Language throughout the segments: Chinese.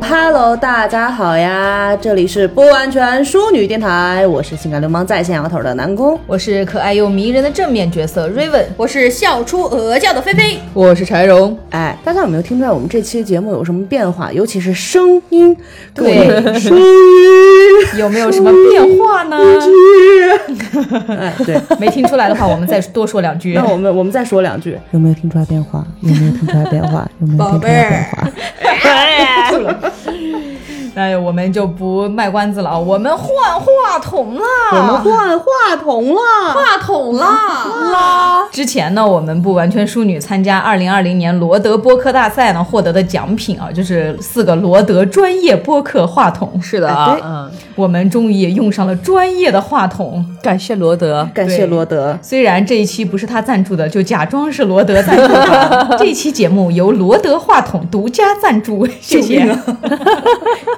Hello，大家好呀，这里是不完全淑女电台，我是性感流氓在线摇头的南宫。我是可爱又迷人的正面角色 Raven，我是笑出鹅叫的菲菲，我是柴荣。哎，大家有没有听出来我们这期节目有什么变化？尤其是声音，各位对声音，有没有什么变化呢？ 哎，对。 没听出来的话，我们再多说两句 那。我们我们再说两句，有没有听出来变化？有没有听出来变 化？有没有听出来变化？哎 那我们就不卖关子了，啊，我们换话筒啦！我们换话筒了。话筒啦！ 之前呢，我们不完全淑女参加二零二零年罗德播客大赛呢，获得的奖品啊，就是四个罗德专业播客话筒。是的哎对啊，我们终于也用上了专业的话筒。嗯，感谢罗德。感谢对罗德，虽然这一期不是他赞助的，就假装是罗德赞助的。这期节目由罗德话筒独家赞助， 谢谢。啊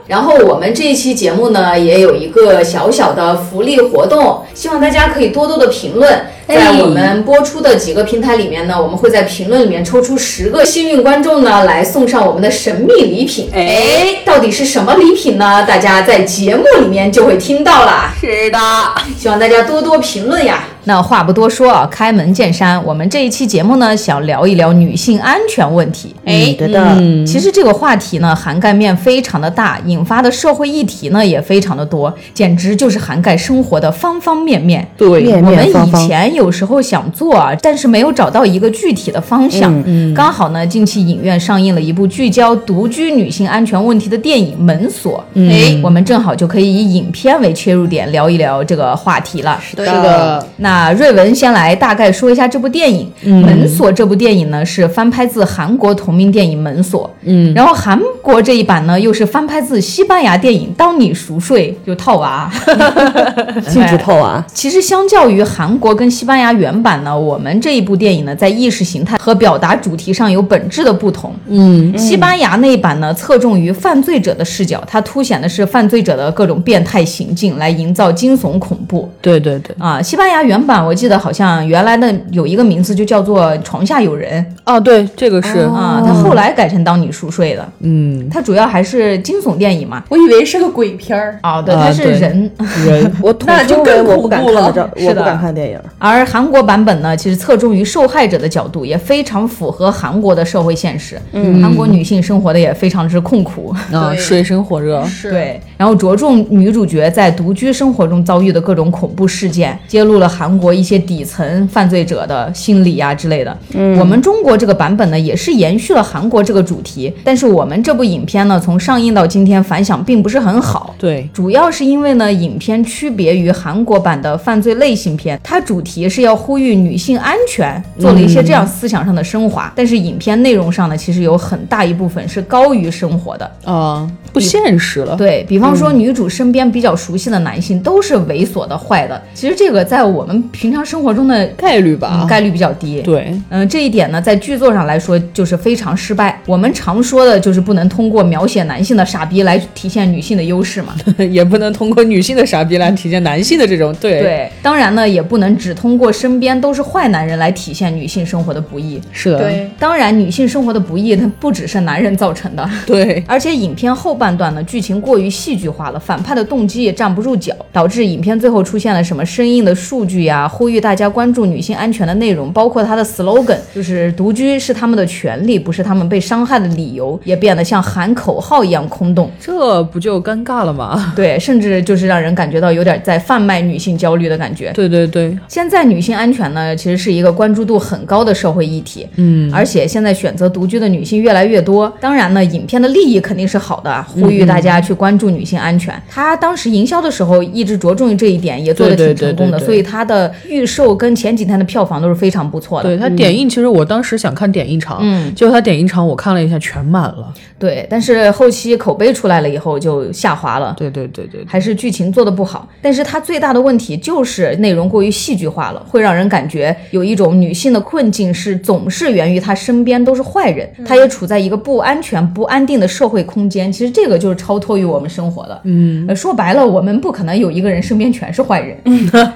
然后我们这一期节目呢，也有一个小小的福利活动，希望大家可以多多的评论。哎在我们播出的几个平台里面呢，我们会在评论里面抽出十个幸运观众呢，来送上我们的神秘礼品。哎，到底是什么礼品呢？大家在节目里面就会听到啦。是的，嗯希望大家多多评论呀。那话不多说啊，开门见山，我们这一期节目呢，想聊一聊女性安全问题。哎嗯，对的，嗯，其实这个话题呢，涵盖面非常的大，引发的社会议题呢也非常的多，简直就是涵盖生活的方方面面。对，面我们面方以方。前有时候想做啊，但是没有找到一个具体的方向。嗯刚好呢，近期影院上映了一部聚焦独居女性安全问题的电影《门锁》，嗯哎，我们正好就可以以影片为切入点聊一聊这个话题了。对是的，那瑞文先来大概说一下这部电影，嗯门锁》这部电影呢是翻拍自韩国同名电影《门锁》，嗯，然后韩国这一版呢又是翻拍自西班牙电影《当你熟睡就套娃》。 禁止透啊！其实相较于韩国跟西班牙原版呢，我们这一部电影呢在意识形态和表达主题上有本质的不同。嗯，西班牙那一版呢侧重于犯罪者的视角，它凸显的是犯罪者的各种变态行径，来营造惊悚恐怖。对对对，啊，西班牙原版我记得好像原来的有一个名字就叫做《床下有人》哦，对，这个是，啊，它后来改成《当你熟睡》的，哦嗯，它主要还是惊悚电影嘛。我以为是个鬼片儿。啊，对，啊它是对人， 人我统那就称更为我恐不敢怖看的了这，我是不的敢看电影。而韩国版本呢，其实侧重于受害者的角度，也非常符合韩国的社会现实。嗯，韩国女性生活的也非常之痛苦。啊，对水深火热，是，对，然后着重女主角在独居生活中遭遇的各种恐怖事件，揭露了韩国一些底层犯罪者的心理啊之类的。嗯，我们中国这个版本呢，也是延续了韩国这个主题，但是我们这部影片呢，从上映到今天反响并不是很好。对，主要是因为呢，影片区别于韩国版的犯罪类型片，它主题是要呼吁女性安全，做了一些这样思想上的升华。但是影片内容上呢，其实有很大一部分是高于生活的。啊，不现实了，对比方说，女主身边比较熟悉的男性都是猥琐的、坏的。其实这个在我们平常生活中的概率嗯吧，概率比较低。对， 嗯，这一点呢，在剧作上来说就是非常失败。我们常说的就是不能通过描写男性的傻逼来体现女性的优势嘛。也不能通过女性的傻逼来体现男性的这种，对，对，当然呢，也不能只通过身边都是坏男人来体现女性生活的不易。是的，对，当然，女性生活的不易，它不只是男人造成的。对，而且影片后半段呢，剧情过于戏剧化了，反派的动机也站不住脚，导致影片最后出现了什么生硬的数据呀、呼吁大家关注女性安全的内容，包括它的 slogan 就是“独居是他们的权利，不是他们被伤害的理由”，也变得像喊口号一样空洞。这不就尴尬了吗？对，甚至就是让人感觉到有点在贩卖女性焦虑的感觉。对对对，现在女性安全呢，其实是一个关注度很高的社会议题。嗯，而且现在选择独居的女性越来越多。当然呢，影片的利益肯定是好的，呼吁大家去关注女性安全。嗯它当时营销的时候一直着重于这一点，也做得对挺对成功的，对对对所以它的预售跟前几天的票房都是非常不错的对。他点映，其实我当时想看点映场，嗯结果他点映场我看了一下，全满了，对，但是后期口碑出来了以后就下滑了。对对对对，对还是剧情做的不好，但是它最大的问题就是内容过于戏剧化了，会让人感觉有一种女性的困境是总是源于她身边都是坏人，嗯她也处在一个不安全、不安定的社会空间。其实这个就是超脱于我们生活的。嗯，说白了，我们不可能有一个人身边全是坏 人。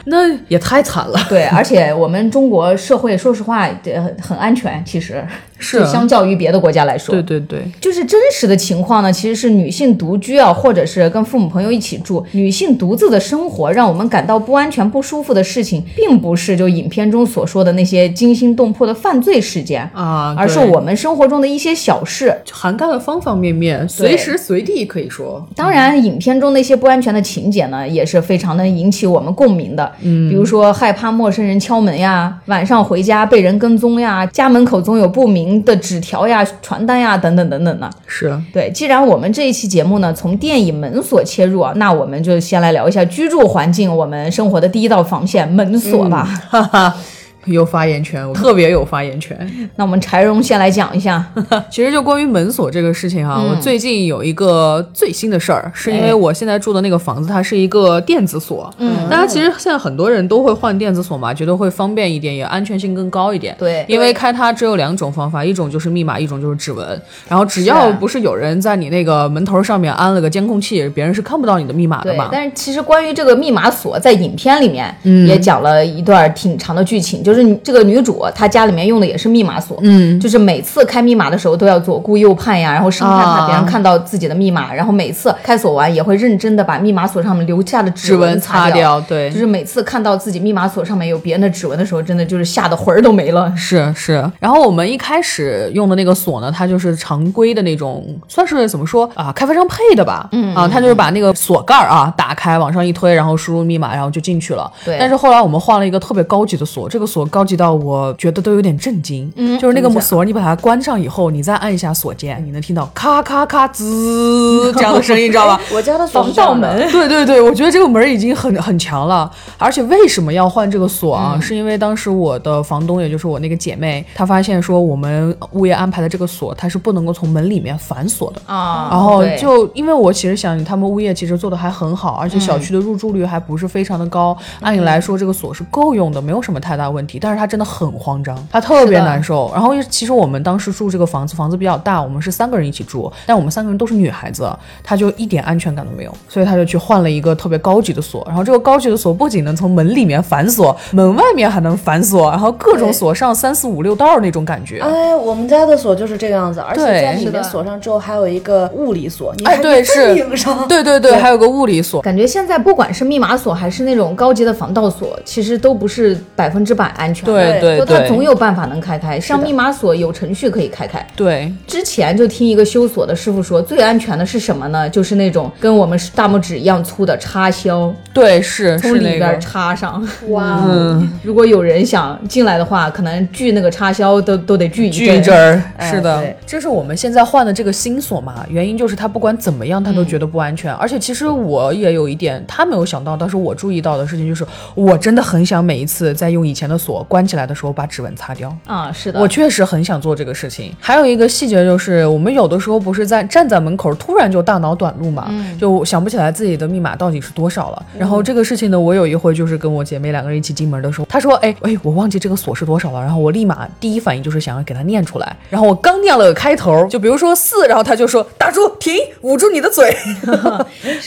那也太惨了，对，而且我们中国社会，说实话，呃，很安全。其实是啊就相较于别的国家来说，对对对，就是真实的情况呢，其实是女性独居啊，或者是跟父母朋友一起住，女性独自的生活，让我们感到不安全、不舒服的事情，并不是就影片中所说的那些惊心动魄的犯罪事件，啊，而是对我们生活中的一些小事。就涵盖了方方面面，随时随地可以说。当然，影片中那些不安全的情节呢，也是非常能引起我们共鸣的。嗯，比如说害怕陌生人敲门呀，晚上回家被人跟踪呀，家门口总有不明的纸条呀、传单呀，等等等等呢。是，对，既然我们这一期节目呢从电影门锁切入啊，那我们就先来聊一下居住环境，我们生活的第一道防线门锁吧。哈哈， 有发言权，我特别有发言权。那我们柴荣先来讲一下， 其实就关于门锁这个事情哈、我最近有一个最新的事儿，是因为我现在住的那个房子它是一个电子锁。哎嗯，大家其实现在很多人都会换电子锁嘛，觉得会方便一点，也安全性更高一点。对因为开它只有两种方法，一种就是密码，一种就是指纹。然后只要不是有人在你那个门头上面安了个监控器，别人是看不到你的密码的对嘛，。但是其实关于这个密码锁，在影片里面也讲了一段挺长的剧情，就是你这个女主她家里面用的也是密码锁，嗯，就是每次开密码的时候都要左顾右盼呀，然后生怕怕啊别人看到自己的密码，然后每次开锁完也会认真的把密码锁上面留下的指纹擦擦掉，对，就是每次看到自己密码锁上面有别人的指纹的时候，真的就是吓得魂儿都没了。是是，然后我们一开始用的那个锁呢，它就是常规的那种，算是怎么说啊，开发商配的吧，嗯啊，它就是把那个锁盖儿啊打开，往上一推，然后输入密码，然后就进去了。对但是后来我们换了一个特别高级的锁，这个锁高级到我觉得都有点震惊，嗯，就是那个锁，你把它关上以后，你再按一下锁键，你能听到咔咔咔 滋这样的声音，你知道吧？我家的防盗门对对对，我觉得这个门儿已经很很强了。而且为什么要换这个锁啊？是因为当时我的房东，也就是我那个姐妹，她发现说我们物业安排的这个锁，它是不能够从门里面反锁的。啊然后就因为我其实想，他们物业其实做的还很好，而且小区的入住率还不是非常的高。嗯按理来说，这个锁是够用的，没有什么太大问题。但是他真的很慌张，他特是别的难受。然后其实我们当时住这个房子，房子比较大，我们是三个人一起住，但我们三个人都是女孩子，他就一点安全感都没有，所以他就去换了一个特别高级的锁。然后这个高级的锁不仅能从门里面反锁，门外面还能反锁，然后各种锁上三四五六道儿那种感觉。啊哎，我们家的锁就是这个样子，而且对在里是的面锁上之后，还有一个物理锁，你哎还可对以是拧上。对对对，还有个物理锁，感觉现在不管是密码锁还是那种高级的防盗锁，其实都不是百分之百安全的。对对就它对总有办法能开开，像密码锁有程序可以开开。对，之前就听一个修锁的师傅说，最安全的是什么呢？就是那种跟我们大拇指一样粗的插销，对，是从是里那边个。插上。嗯哇，哦如果有人想进来的话，可能锯那个插销都都得锯一聚一阵阵儿。儿，是的、对这是我们现在换的这个新锁嘛，原因就是它不管怎么样，它都觉得不安全、嗯而且其实我也有一点他没有想到，但是我注意到的事情就是，我真的很想每一次在用以前的锁关起来的时候把指纹擦掉。啊，是的，我确实很想做这个事情。还有一个细节就是，我们有的时候不是在站在门口突然就大脑短路嘛，就想不起来自己的密码到底是多少了。然后这个事情呢，我有一回就是跟我姐妹两个人一起进门的时候，她说：“哎哎，我忘记这个锁是多少了。”然后我立马第一反应就是想要给她念出来。然后我刚念了个开头， 就比如说四，然后她就说：“打住，停，捂住你的 嘴。”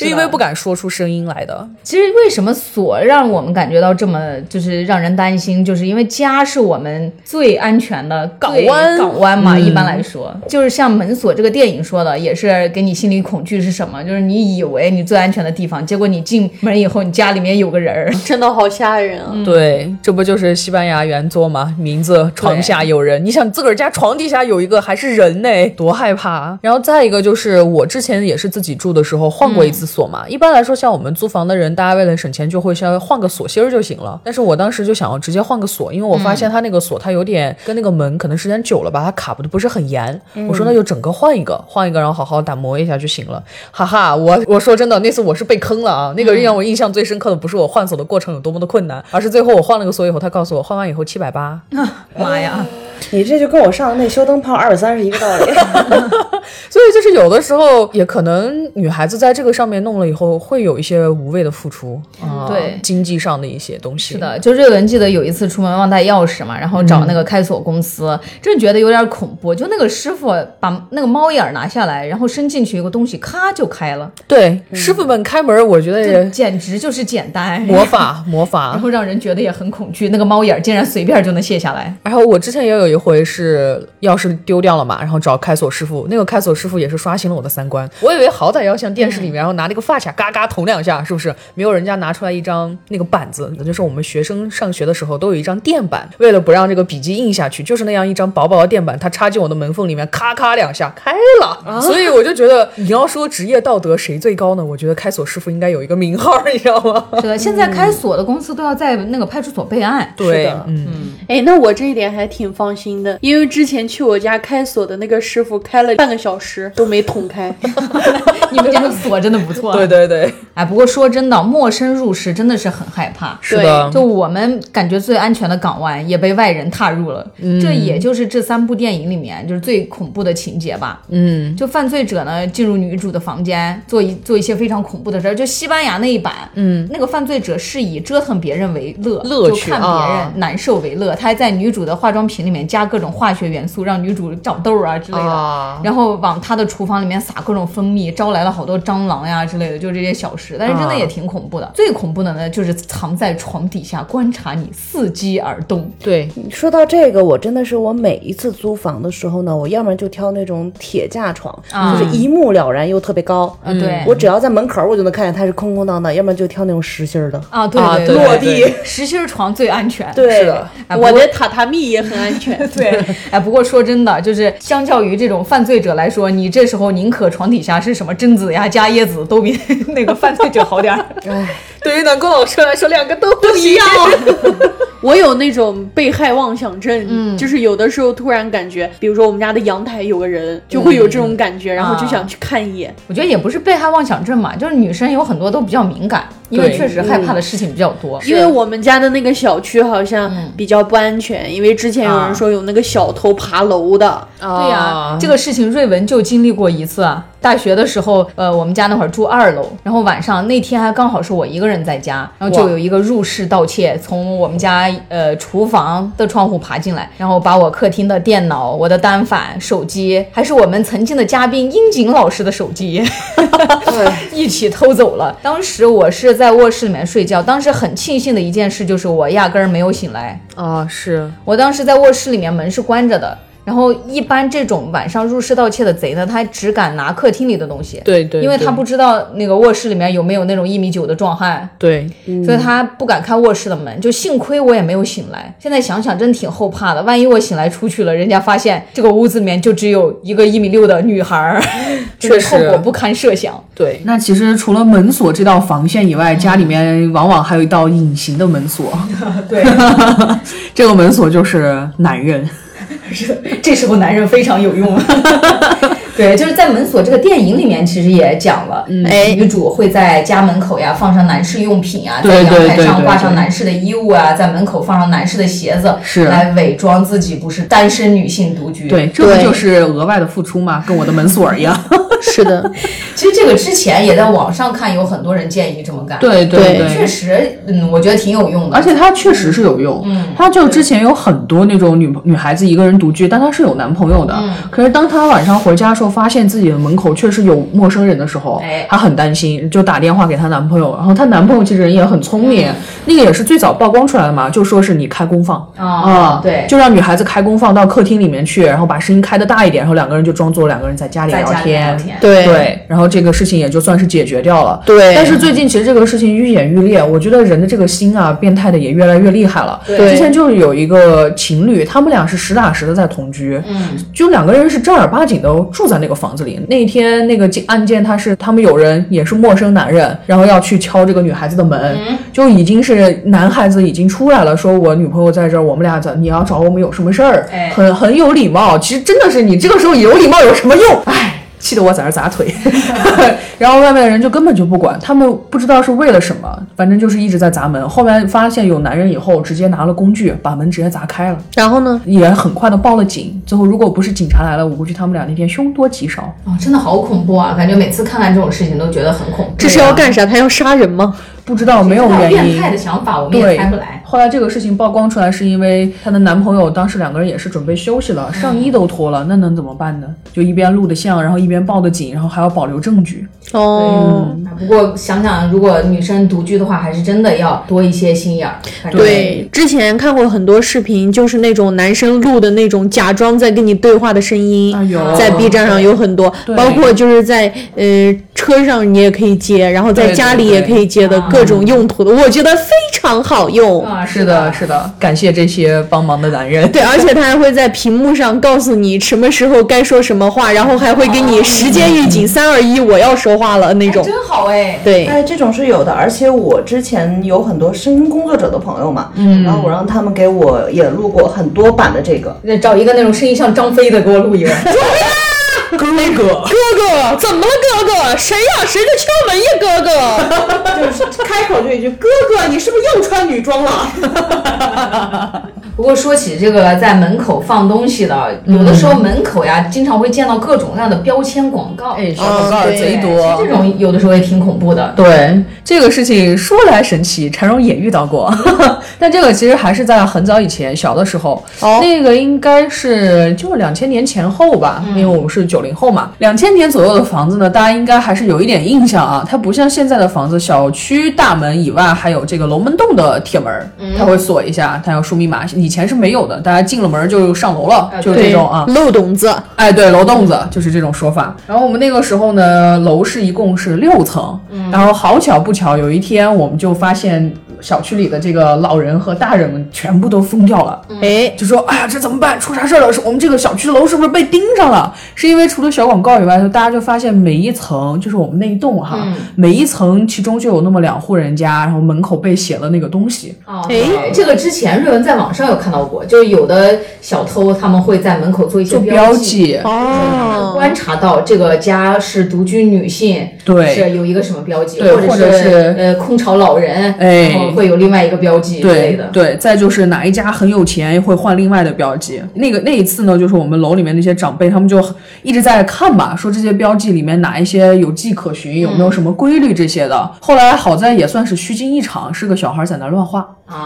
因为不敢说出声音来的。其实为什么锁让我们感觉到这么就是让人担心，就是因为家是我们最安全的港湾港湾嘛，一般来说，就是像《门锁》这个电影说的，也是给你心理恐惧是什么？就是你以为你最安全的地方，结果你进门以后，你家里面有个人 儿。真的好吓人嗯啊！对，这不就是西班牙原作吗？名字“床下有人”，你想自个儿家床底下有一个还是人呢，多害怕啊！然后再一个就是我之前也是自己住的时候换过一次锁嘛。一般来说，像我们租房的人，大家为了省钱就会稍微换个锁芯儿就行了。但是我当时就想要直接换个锁，因为我发现它那个锁它有点跟那个门可能时间久了吧，它卡不的不是很严。我说那就整个换一个，换一个，然后好好打磨一下就行了。哈哈，我我说真的，那次我是被坑了啊！那个让我印象最深刻的不是我换锁的过程有多么的困难，而是最后我换了个锁以后，他告诉我换完以后七百八，妈呀！你这就跟我上那修灯泡二百三是一个道理。所以就是有的时候也可能女孩子在这个上面弄了以后会有一些无谓的付出。嗯啊，对经济上的一些东西。是的，就瑞文记得有一次出门忘带钥匙嘛，然后找那个开锁公司，真觉得有点恐怖。就那个师傅把那个猫眼儿拿下来，然后伸进去一个东西，咔就开了，对，师傅们开门，我觉得这也简直就是简单魔。法魔然法。后让人觉得也很恐惧，那个猫眼儿竟然随便就能卸下 来。然后我之前也有一回是钥匙丢掉了嘛，然后找开锁师傅，那个开锁师傅也是刷新了我的三观。我以为好歹要像电视里面，然后拿那个发卡嘎嘎捅两下，是不是？没有人家拿出来一张那个板子，就是我们学生上学的时候都有一张垫板，为了不让这个笔记印下去，就是那样一张薄薄的垫板，它插进我的门缝里面，咔咔两下开了。 所以我就觉得你要说职业道德谁最高呢？我觉得开锁师傅应该有一个名号，你知道吗？是的，现在开锁的公司都要在那个派出所备案。对，的嗯，哎，那我这一点还挺放心的，因为之前去我家开锁的那个师傅开了半个小时都没捅开。你们这个锁真的不错。对对对，哎，不过说真的，陌生入室真的是很害怕。是的，就我们感觉最安全的港湾也被外人踏入了，嗯这也就是这三部电影里面就是最恐怖的情节吧。嗯，就犯罪者呢进入女主的房间，做一做一些非常恐怖的事儿。就西班牙那一版，嗯，那个犯罪者是以折腾别人为乐，乐趣就看别啊人难受为乐。他还在女主的化妆品里面加各种化学元素，让女主长痘儿啊之类的。啊然后往他的厨房里面撒各种蜂蜜，招来了好多蟑螂呀之类的，就这些小事，但是真的也挺恐怖的。最恐怖的呢，就是藏在床底下观察你，伺机而动。对，说到这个，我真的是我每一次租房的时候呢，我要不然就挑那种铁架床，啊就是一目了然又特别高。啊，对，我只要在门口，我就能看见它是空空荡荡；要不然就挑那种实心儿的，啊，对啊对，对落地。实心儿床最安全。对，是的，哎，不我过的榻榻米也很安 全。对，哎，不过说真的，就是相较于这种犯罪者来说，你这时候宁可床底下是什么榛子呀、加椰子，都比 那个犯罪者好点儿。对于南宫老师来说，两个都不一样。我有那种被害妄想症，就是有的时候突然感觉，比如说我们家的阳台有个人，就会有这种感觉，然后就想去看一眼。我觉得也不是被害妄想症嘛，就是女生有很多都比较敏感，因为对确实害怕的事情比较多。因为我们家的那个小区好像比较不安全，因为之前有人说有那个小偷爬楼的，对呀、啊这个事情瑞文就经历过一次啊。大学的时候，呃，我们家那会儿住二楼，然后晚上那天还刚好是我一个人在家，然后就哇有一个入室盗窃，从我们家呃厨房的窗户爬进来，然后把我客厅的电脑、我的单反、手机，还是我们曾经的嘉宾 樱井老师的手机， 一起偷走了。当时我是在卧室里面睡觉，当时很庆幸的一件事就是我压根儿没有醒来，啊，是我当时在卧室里面门是关着的，然后一般这种晚上入室盗窃的贼呢，他只敢拿客厅里的东西，对对，因为他对不知道那个卧室里面有没有那种一米九的壮汉，对，所以他不敢开卧室的门。就幸亏我也没有醒来，现在想想真挺后怕的，万一我醒来出去了，人家发现这个屋子里面就只有一个一米六的女孩儿， 确后实果不堪设想。对，那其实除了门锁这道防线以外，家里面往往还有一道隐形的门锁。 对， 这个门锁就是男人。这时候男人非常有用。 对，就是在《门锁》这个电影里面，其实也讲了，嗯哎、女主会在家门口呀放上男士用品啊，在对对阳台对上对挂上对男士的衣物啊，在门口放上男士的鞋子，是来伪装自己不是单身女性独居。，对，这不就是额外的付出吗？跟我的门锁一样。是 的，其实这个之前也在网上看，有很多人建议这么干，对对对，确实，嗯，我觉得挺有用的，而且它确实是有用。嗯，它就之前有很多那种女女孩子一个人独居，但她是有男朋友的。嗯可是当她晚上回家的时候，发现自己的门口确实有陌生人的时候哎，她很担心，就打电话给她男朋友。然后她男朋友其实人也很聪嗯明，那个也是最早曝光出来的嘛，就说是你开功放。啊、对，就让女孩子开功放到客厅里面去，然后把声音开的大一点，然后两个人就装作两个人在家里在聊家里聊天。天。对对，然后这个事情也就算是解决掉了。对但是最近其实这个事情愈演愈烈，我觉得人的这个心啊，变态的也越来越厉害了。对之前就是有一个情侣，他们俩是实打实的在同居，嗯，就两个人是正儿八经的住在那个房子里。那一天那个警案件，他是他们有人也是陌生男人，然后要去敲这个女孩子的门，就已经是男孩子已经出来了，说我女朋友在这儿，我们俩在，你要找我们有什么事儿，哎很很有礼貌。其实真的是你这个时候有礼貌有什么用？ 哎。气得我在那儿砸腿， 然后外面的人就根本就不管，他们不知道是为了什么，反正就是一直在砸门。后面发现有男人以后，直接拿了工具把门直接砸开了，然后呢？也很快的报了警。最后如果不是警察来了，我估计他们俩那天凶多吉少。哦，真的好恐怖啊！感觉每次看看这种事情都觉得很恐怖。这是要干啥？他要杀人吗？不知道没有这种原变因态。的想法我们也对猜不来，。后来这个事情曝光出来，是因为她的男朋友当时两个人也是准备休息了，上衣都脱了，那能怎么办呢？就一边录的像，然后一边报的警，然后还要保留证据。哦，啊不过想想，如果女生独居的话，还是真的要多一些心眼儿。反正对，之前看过很多视频，就是那种男生录的那种假装在跟你对话的声音，哎呦在 B 站啊上有哦很多，对包括就是在呃车上你也可以接，然后在对对家里也可以接的对各种用途的，我觉得非常好用。啊，是的，是的，感谢这些帮忙的男人。对，而且他还会在屏幕上告诉你什么时候该说什么话，然后还会给你时间预警，三二一，我要说话了那哎种。真好哎。对，哎，这种是有的，而且我之前有很多声音工作者的朋友嘛，嗯，然后我让他们给我也录过很多版的这个，那找一个那种声音像张飞的给我录一个，哥哥，怎么了，哥哥？谁呀、谁在敲门呀，哥哥？开口就一句哥哥，你是不是又穿女装了？ 不过说起这个在门口放东西的，有的时候门口呀，经常会见到各种各样的标签广告，哎，小广告对贼多。其实这种有的时候也挺恐怖的。对这个事情说来神奇，陈荣也遇到过， 但这个其实还是在很早以前，小的时候，哦那个应该是就两千年前后吧，因为我们是九零后嘛，两千年左右的房子呢，大家应该还是有一点印象啊，它不像现在的房子，小区大门以外还有这个龙门洞的铁门儿，它会锁一下，它要输密码，以前是没有的，大家进了门就上楼了，就是这种啊， 漏洞子。哎，对，楼洞子就是这种说法。然后我们那个时候呢，楼是一共是六层，然后好巧不巧，有一天我们就发现小区里的这个老人和大人们全部都疯掉了。哎，就说：“哎呀，这怎么办？出啥事儿了？是我们这个小区的楼是不是被盯上了？是因为除了小广告以外，大家就发现每一层，就是我们那一栋哈，每一层其中就有那么两户人家，然后门口被写了那个东西。啊，哎这个之前瑞文在网上有看到过，就是有的小偷他们会在门口做一些就标记，记，哦，观察到这个家是独居女性，对是有一个什么标记，对或或者是是呃空巢老人，哎然后会有另外一个标记之类对的。对，再就是哪一家很有钱，会换另外的标记。那个那一次呢，就是我们楼里面那些长辈，他们就一直在看吧，说这些标记里面哪一些有迹可循，有没嗯有什么规律这些的。后来好在也算是虚惊一场，是个小孩在那乱画。啊，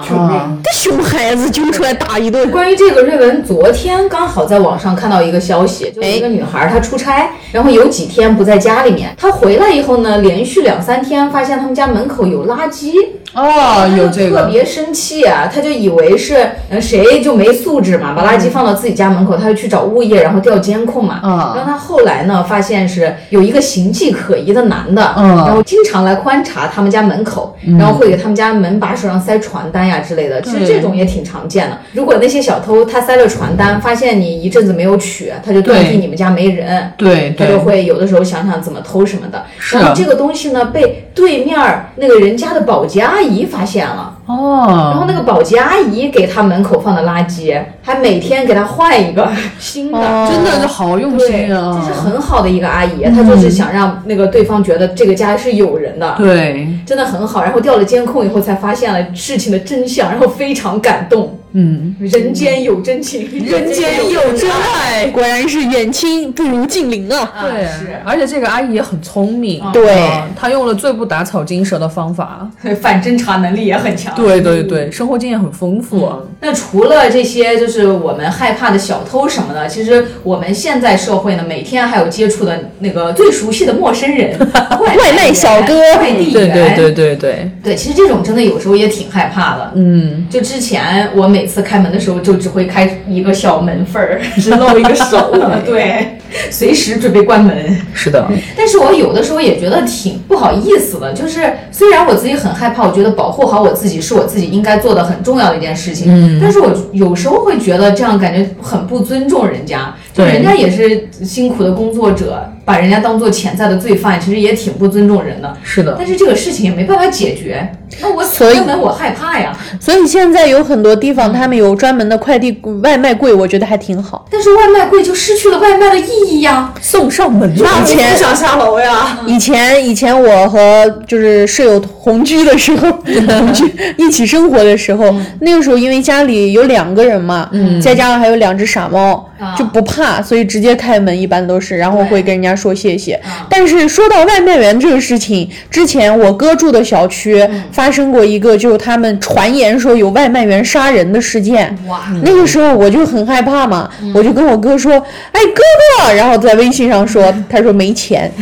这熊孩子揪出来打一顿。关于这个，瑞文昨天刚好在网上看到一个消息，就是一个女孩她出差，然后有几天不在家里面，她回来以后呢，连续两三天发现他们家门口有垃圾，哦，有这特个，别生气啊，她就以为是呃谁就没素质嘛，把垃圾放到自己家门口，她就去找物业，然后调监控嘛。嗯然后她后来呢，发现是有一个形迹可疑的男的，嗯然后经常来观察他们家门口，然后会给他们家门把手上塞传单呀之类的。其实这种也挺常见的。如果那些小偷他塞了传单，发现你一阵子没有取，他就断对定你们家没人。对他就对会有的时候想想怎么偷什么的，是啊然后这个东西呢被对面儿那个人家的保洁阿姨发现了，然后哦，那个保洁阿姨给他门口放的垃圾，还每天给他换一个 新的。真的是好用对，心这是啊！很好的一个阿姨，她就是想让那个对方觉得这个家是有人的，对，真的很好。然后调了监控以后，才发现了事情的真相，然后非常感动。嗯，人间有真情，人间有真爱。果然是远亲不如近邻啊！啊对是，而且这个阿姨也很聪明，对啊她用了最不打草惊蛇的方法。反侦查能力也很强。对对对，生活经验很丰富啊。那除了这些，就是我们害怕的小偷什么的，其实我们现在社会呢，每天还有接触的那个最熟悉的陌生人，外外卖小哥快递员，对对对对对。对，其实这种真的有时候也挺害怕的。嗯，就之前我每次开门的时候，就只会开一个小门缝儿，只露一个手， 对，随时准备关门。 是的，但是我有的时候也觉得挺不好意思的，就是虽然我自己很害怕，我觉得保护好我自己是我自己应该做的很重要的一件事情，嗯，但是我有时候会觉得这样感觉很不尊重人家，就对人家也是辛苦的工作者，把人家当做潜在的罪犯，其实也挺不尊重人的。是的，但是这个事情也没办法解决，那我所以可能我害怕呀。所以现在有很多地方他们有专门的快递外卖柜，我觉得还挺好。但是外卖柜就失去了外卖的意义呀。送上门来。以前想下楼 呀，以前以前我和就是舍友同居的时候，同居一起生活的时候，那个时候因为家里有两个人嘛，再加上还有两只傻猫，啊就不怕，所以直接开门一般都是，然后会跟人家说谢谢啊。但是说到外卖员这个事情，之前我哥住的小区发生过一个，就是他们传言说有外卖员杀人的事件。哇，那个时候我就很害怕嘛，嗯我就跟我哥说：“哎，哥哥！”然后在微信上说，他说没钱。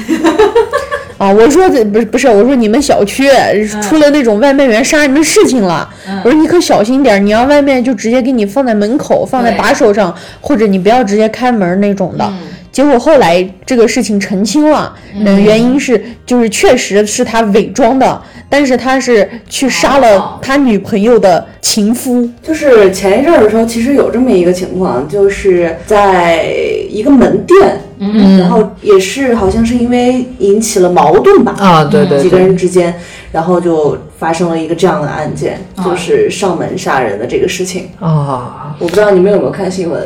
啊，我说这不是不是，我说你们小区嗯出了那种外卖员杀人的事情了，我说你可小心点儿，你要外卖就直接给你放在门口，放在对嗯把手上，或者你不要直接开门那种的。结果后来这个事情澄清了，嗯，原因是就是确实是他伪装的，但是他是去杀了哦他女朋友的情夫。就是前一阵儿的时候，其实有这么一个情况，就是在一个门店，嗯，然后也是好像是因为引起了矛盾吧，啊，对对几个对，人之间，然后就发生了一个这样的案件，就是上门杀人的这个事情。啊，我不知道你们有没有看新闻？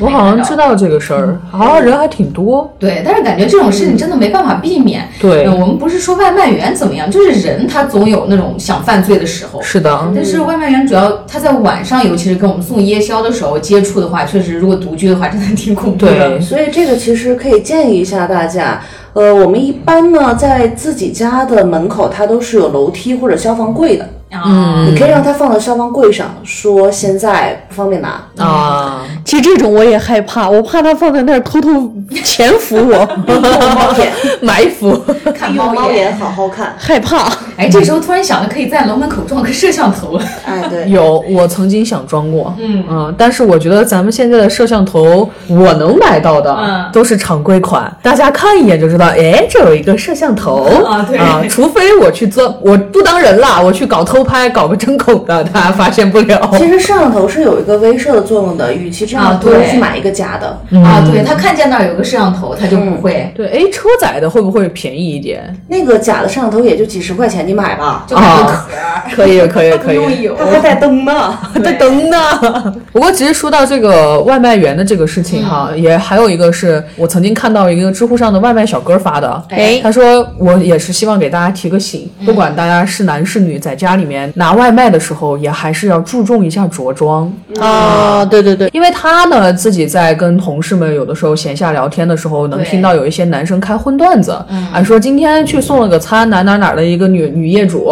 我好像知道这个事儿，啊，人还挺多，对，但是感觉这种事情真的没办法避免。嗯对呃我们不是说外卖员怎么样，就是人他总有那种想犯罪的时候。是的，但是外卖员主要他在晚上，尤其是跟我们送夜宵的时候接触的话，确实如果独居的话，真的挺恐怖的。对，所以这个其实可以建议一下大家，呃，我们一般呢在自己家的门口，它都是有楼梯或者消防柜的，啊，嗯你可以让它放到消防柜上，说现在不方便拿。啊，其实这种我也害怕，我怕它放在那儿偷 偷潜伏我，埋伏，看用猫猫眼。眼好好看，害怕。哎，这时候突然想着可以在楼门口装个摄像头。哎，对，有，我曾经想装过，嗯但是我觉得咱们现在的摄像头，我能买到的、嗯都是常规款，大家看一眼就知道，哎，这有一个摄像头 啊对除非我去做，我不当人了，我去搞偷拍，搞个针孔的，大家发现不了。其实摄像头是有一个威慑的作用的，与其这样，啊不如对去买一个假的。嗯啊，对他看见那儿有个摄像头，他就不会，对，哎，车载的会不会便宜一点？那个假的摄像头也就几十块钱，你买吧。就买个壳儿，可 以，可以，可以。用油。它带灯呢，在等呢。 不过其实说到这个外卖员的这个事情哈，嗯也还有一个是我曾经看到一个知乎上的外卖小哥发的，哎嗯他说我也是希望给大家提个醒，不管大家是男是女，在家里面拿外卖的时候，也还是要注重一下着装。啊，对对对，因为他呢自己在跟同事们有的时候闲暇聊天的时候，能对听到有一些男生开荤段子，啊说今天去送了个餐，哪哪哪儿的一个女女业主，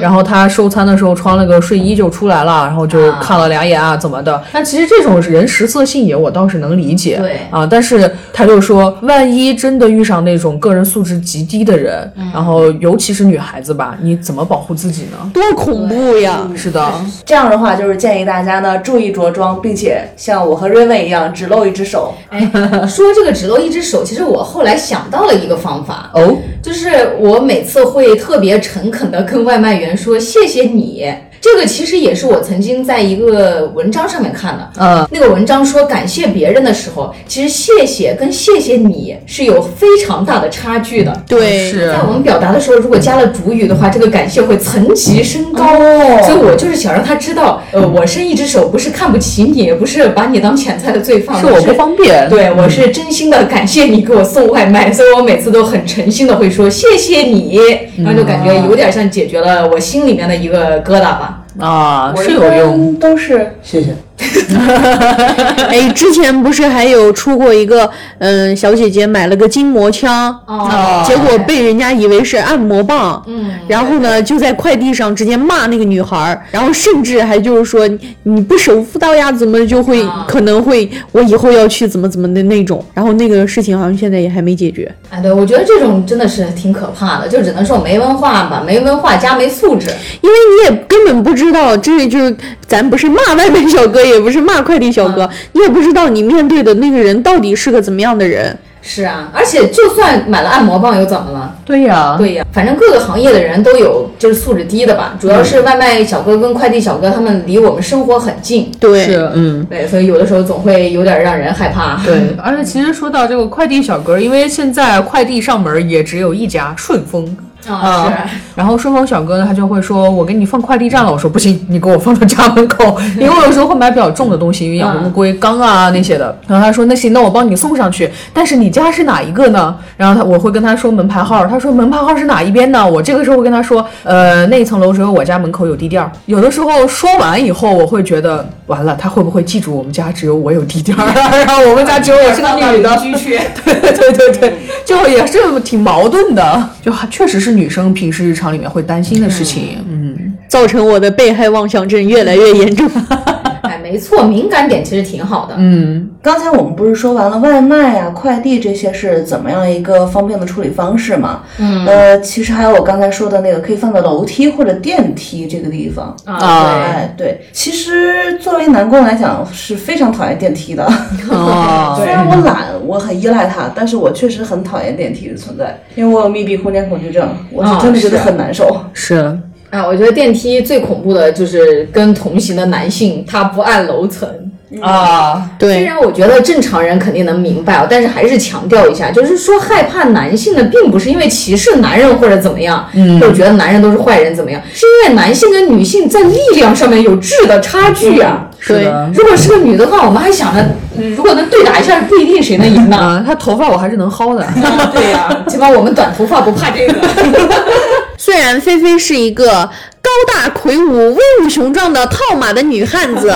然后她收餐的时候穿了个睡衣就出来了，然后就啊看了两眼啊怎么的。但其实这种人食色性也，我倒是能理解，对啊，但是他就说，万一真的遇上那种个人素质极低的人，然后尤其是女孩子吧，你怎么保护自己呢？多恐怖呀！是的，这样的话，就是建议大家呢注意着装，并且像我和 Raven 一样，只露一只手。呃说这个只露一只手，其实我后来想到了一个方法，哦，就是我每次会特别诚恳的跟外卖员说谢谢你。这个其实也是我曾经在一个文章上面看的，嗯，那个文章说感谢别人的时候，其实谢谢跟谢谢你是有非常大的差距的。对，是在我们表达的时候，如果加了主语的话，这个感谢会层级升高。哦所以我就是想让他知道，呃，我伸一只手不是看不起你，也不是把你当遣菜的罪犯，是我不方便，对，我是真心的感谢你给我送外卖，所以我每次都很诚心的会说谢谢你，然后就感觉有点像解决了我心里面的一个疙瘩吧。啊，我是一有用。般都是谢谢。哎，之前不是还有出过一个，嗯，小姐姐买了个筋膜枪，哦结果被人家以为是按摩棒，嗯，然后呢，就在快递上直接骂那个女孩儿，然后甚至还就是说你你不守妇道呀，怎么就会、啊可能会我以后要去怎么怎么的那种，然后那个事情好像现在也还没解决。哎，对，我觉得这种真的是挺可怕的，就只能说没文化吧，没文化加没素质。因为你也根本不知道，这就是咱不是骂外卖小哥，也不是骂快递小哥，你也不知道你面对的那个人到底是个怎么样的人。是啊，而且就算买了按摩棒又怎么了？对呀、对呀，反正各个行业的人都有就是素质低的吧，主要嗯是外卖小哥跟快递小哥他们离我们生活很近，对，是嗯。对，所以有的时候总会有点让人害怕。对，而且其实说到这个快递小哥，因为现在快递上门也只有一家顺丰，啊，是。然后顺丰小哥呢，他就会说：“我给你放快递站了。”我说：“不行，你给我放到家门口，因为我有时候会买比较重的东西，因为养乌龟缸啊那些的。”然后他说：“那行，那我帮你送上去，但是你家是哪一个呢？”然后他我会跟他说门牌号，他说门牌号是哪一边呢？我这个时候会跟他说：“呃，那一层楼只有我家门口有地垫儿。”有的时候说完以后，我会觉得完了，他会不会记住我们家只有我有地垫儿 啊？然后我们 家只有我是个女的。居去，对对对对，就也是挺矛盾的，就还确实是女生平时日常里面会担心的事情。嗯，造成我的被害妄想症越来越严重。哎，没错，敏感点其实挺好的。刚才我们不是说完了外卖啊、快递这些是怎么样一个方便的处理方式嘛？嗯，呃，其实还有我刚才说的那个可以放在楼梯或者电梯这个地方。啊，哎，对，其实作为南宫来讲是非常讨厌电梯的。哦 虽，然我懒，我很依赖它，但是我确实很讨厌电梯的存在，因为我有密闭空间恐惧症，我是真的觉得很难受。是对，啊，我觉得电梯最恐怖的就是跟同行的男性，他不按楼层。啊，虽对，然我觉得正常人肯定能明白啊，但是还是强调一下，就是说害怕男性的，并不是因为歧视男人或者怎么样，嗯，或者觉得男人都是坏人怎么样，是因为男性跟女性在力量上面有质的差距啊。是对的。如果是个女的话，我们还想着，嗯如果能对打一下，不一定谁能赢 呢。啊，他头发我还是能薅的。对呀、起码我们短头发不怕这个。 虽然菲菲是一个高大魁梧、威武雄壮的套马的女汉子，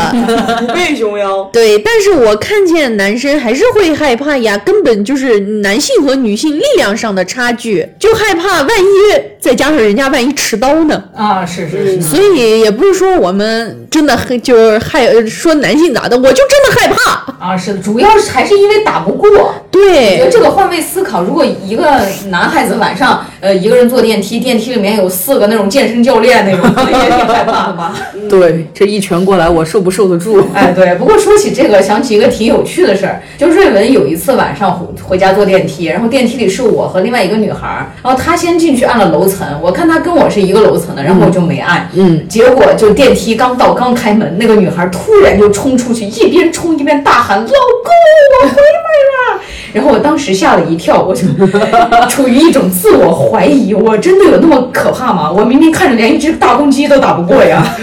虎背熊腰，对，但是我看见男生还是会害怕呀，根本就是男性和女性力量上的差距，就害怕万一再加上人家万一持刀呢，啊，是是是，所以也不是说我们真的很就是害说男性咋的，我就真的害怕，啊是的，主要是还是因为打不过。我觉得对这个换位思考，如果一个男孩子晚上呃一个人坐电梯，电梯里面有四个那种健身教练那种， 也挺害怕的吧？对，这一拳过来，我受不受得住？ 哎，对。不过说起这个，想起一个挺有趣的事儿，就瑞文有一次晚上回回家坐电梯，然后电梯里是我和另外一个女孩儿，然后她先进去按了楼层，我看她跟我是一个楼层的，然后我就没按。嗯。结果就电梯刚到刚开门，那个女孩突然就冲出去，一边冲一边大喊：“老公，我回来了！”然后我当时吓了一跳，我就 处于一种自我怀疑，我真的有那么可怕吗？我明明看着连一只大公鸡都打不过呀！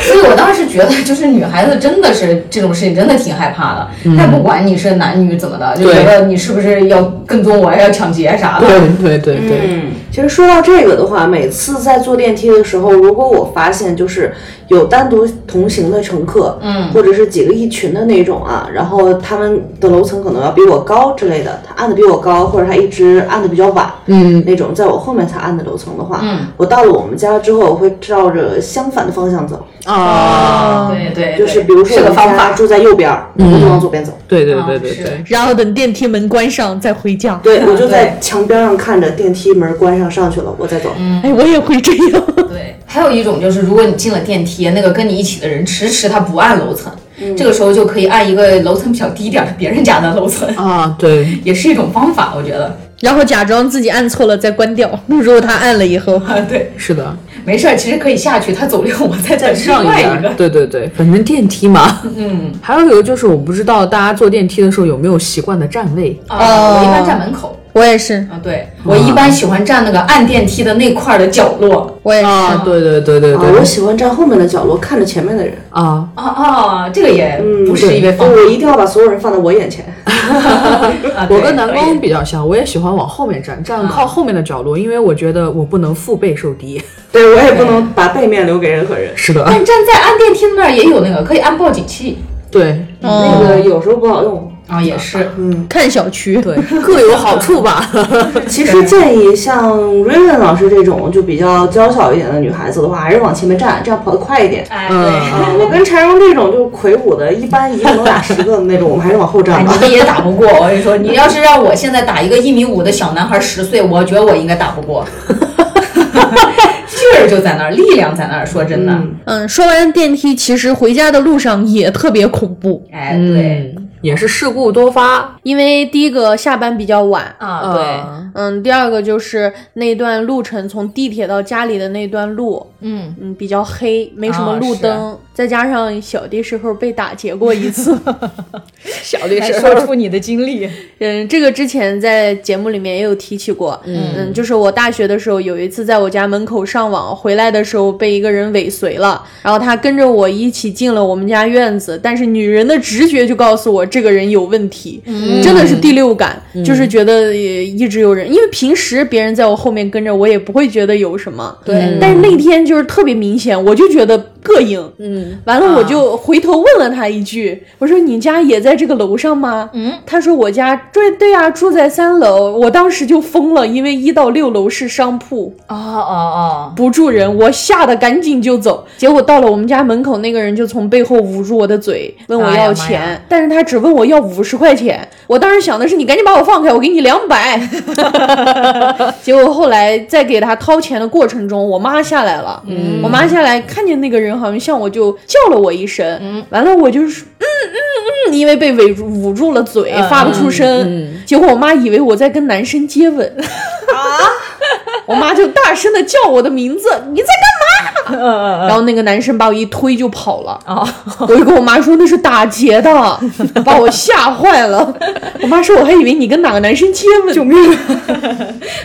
所以我当时觉得，就是女孩子真的是这种事情真的挺害怕的。但不管你是男女怎么的，就觉得你是不是要跟踪我，要抢劫啥的。对对对对，嗯，其实说到这个的话，每次在坐电梯的时候，如果我发现就是有单独同行的乘客，嗯，或者是几个一群的那种啊，然后他们的楼层可能要比我高之类的，他按的比我高，或者他一直按的比较晚，嗯，那种在我后面才按的楼层的话，嗯，我到了我们家之后，我会照着相反的方向走，啊，对对，就是比如说是我个们方家法。嗯住在右边儿，我就往左边走，对对啊对对是对，然后等电梯门关上再回家，对我对就嗯在墙边上看着电梯门关上上去了，我再走，哎，我也会这样， 对，还有一种就是，如果你进了电梯，那个跟你一起的人迟迟他不按楼层，这个时候就可以按一个楼层比较低一点儿是别人家的楼层， 啊对，也是一种方法，我觉得。 然后假装自己按错了再关掉，如果他按了以后，啊，对，是的，没事儿，其实可以下去，他走六，我再等上另外边一儿个。对对对，反正电梯嘛。嗯，还有一个就是，我不知道大家坐电梯的时候有没有习惯的站位。啊，哦我一般站门口。我也是，啊，对我一般喜欢站那个按电梯的那块儿的角落。我也是，啊，对对对对啊，我对，喜欢站后面的角落看着前面的人。啊，啊啊，这个也嗯不是对一个方我一定要把所有人放在我眼前。法。啊我对跟南可以宫比较像，我也喜欢往后面站，站靠后面的角落，因为我觉得我不能腹背受敌。对我也不能把背面留给任何人。是的，但站在按电梯那儿也有那个可以按报警器对那嗯，个有时候不好用。啊，也是。看小区，对，各有好处吧。其实建议像 Raven 老师这种就比较娇小一点的女孩子的话，还是往前面站，这样跑得快一点。哎，嗯对，啊，我跟柴荣这种就是魁梧的，一般一个能打十个的那种，我们还是往后 哎，站吧你。们也打不过。我跟你说，你要是让我现在打一个一米五的小男孩十岁，我觉得我应该打不 过。劲儿就在那儿，力量在那儿。说真的，嗯，说完电梯，其实回家的路上也特别恐怖。哎，对，也是事故多发。因为第一个下班比较晚，啊，对，嗯嗯，第二个就是那段路程从地铁到家里的那段路，嗯，嗯，比较黑，没什么啊路是灯，再加上小的时候被打劫过一次，小的来时说候出你的经历，嗯，这个之前在节目里面也有提起过，嗯就是我大学的时候有一次在我家门口上网，回来的时候被一个人尾随了，然后他跟着我一起进了我们家院子，但是女人的直觉就告诉我这个人有问题，真的是第六感，就是觉得呃一直有人，因为平时别人在我后面跟着我也不会觉得有什么，嗯对但是那天就是特别明显，我就觉得膈应，嗯，完了我就回头问了他一句，我说你家也在这个楼上吗？嗯，他说我家对对呀、住在三楼，我当时就疯了，因为一到六楼是商铺，哦哦不住人，我吓得赶紧就走。结果到了我们家门口，那个人就从背后捂住我的嘴，问我哎呀要妈钱，呀但是他只问我要五十块钱。我当时想的是，你赶紧把我放开，我给你两 百。结果后来在给他掏钱的过程中，我妈下来了，嗯我妈下来看见那个人好像像我就叫了我一声，完了我就是。嗯嗯嗯，因为被围住捂住了嘴，嗯发不出声。结果我妈以为我在跟男生接吻，我妈就大声的叫我的名字，你在干嘛？然后那个男生把我一推就跑了，哦我就跟我妈说那是打劫的，把我吓坏了。我妈说我还以为你跟哪个男生接吻，救命！啊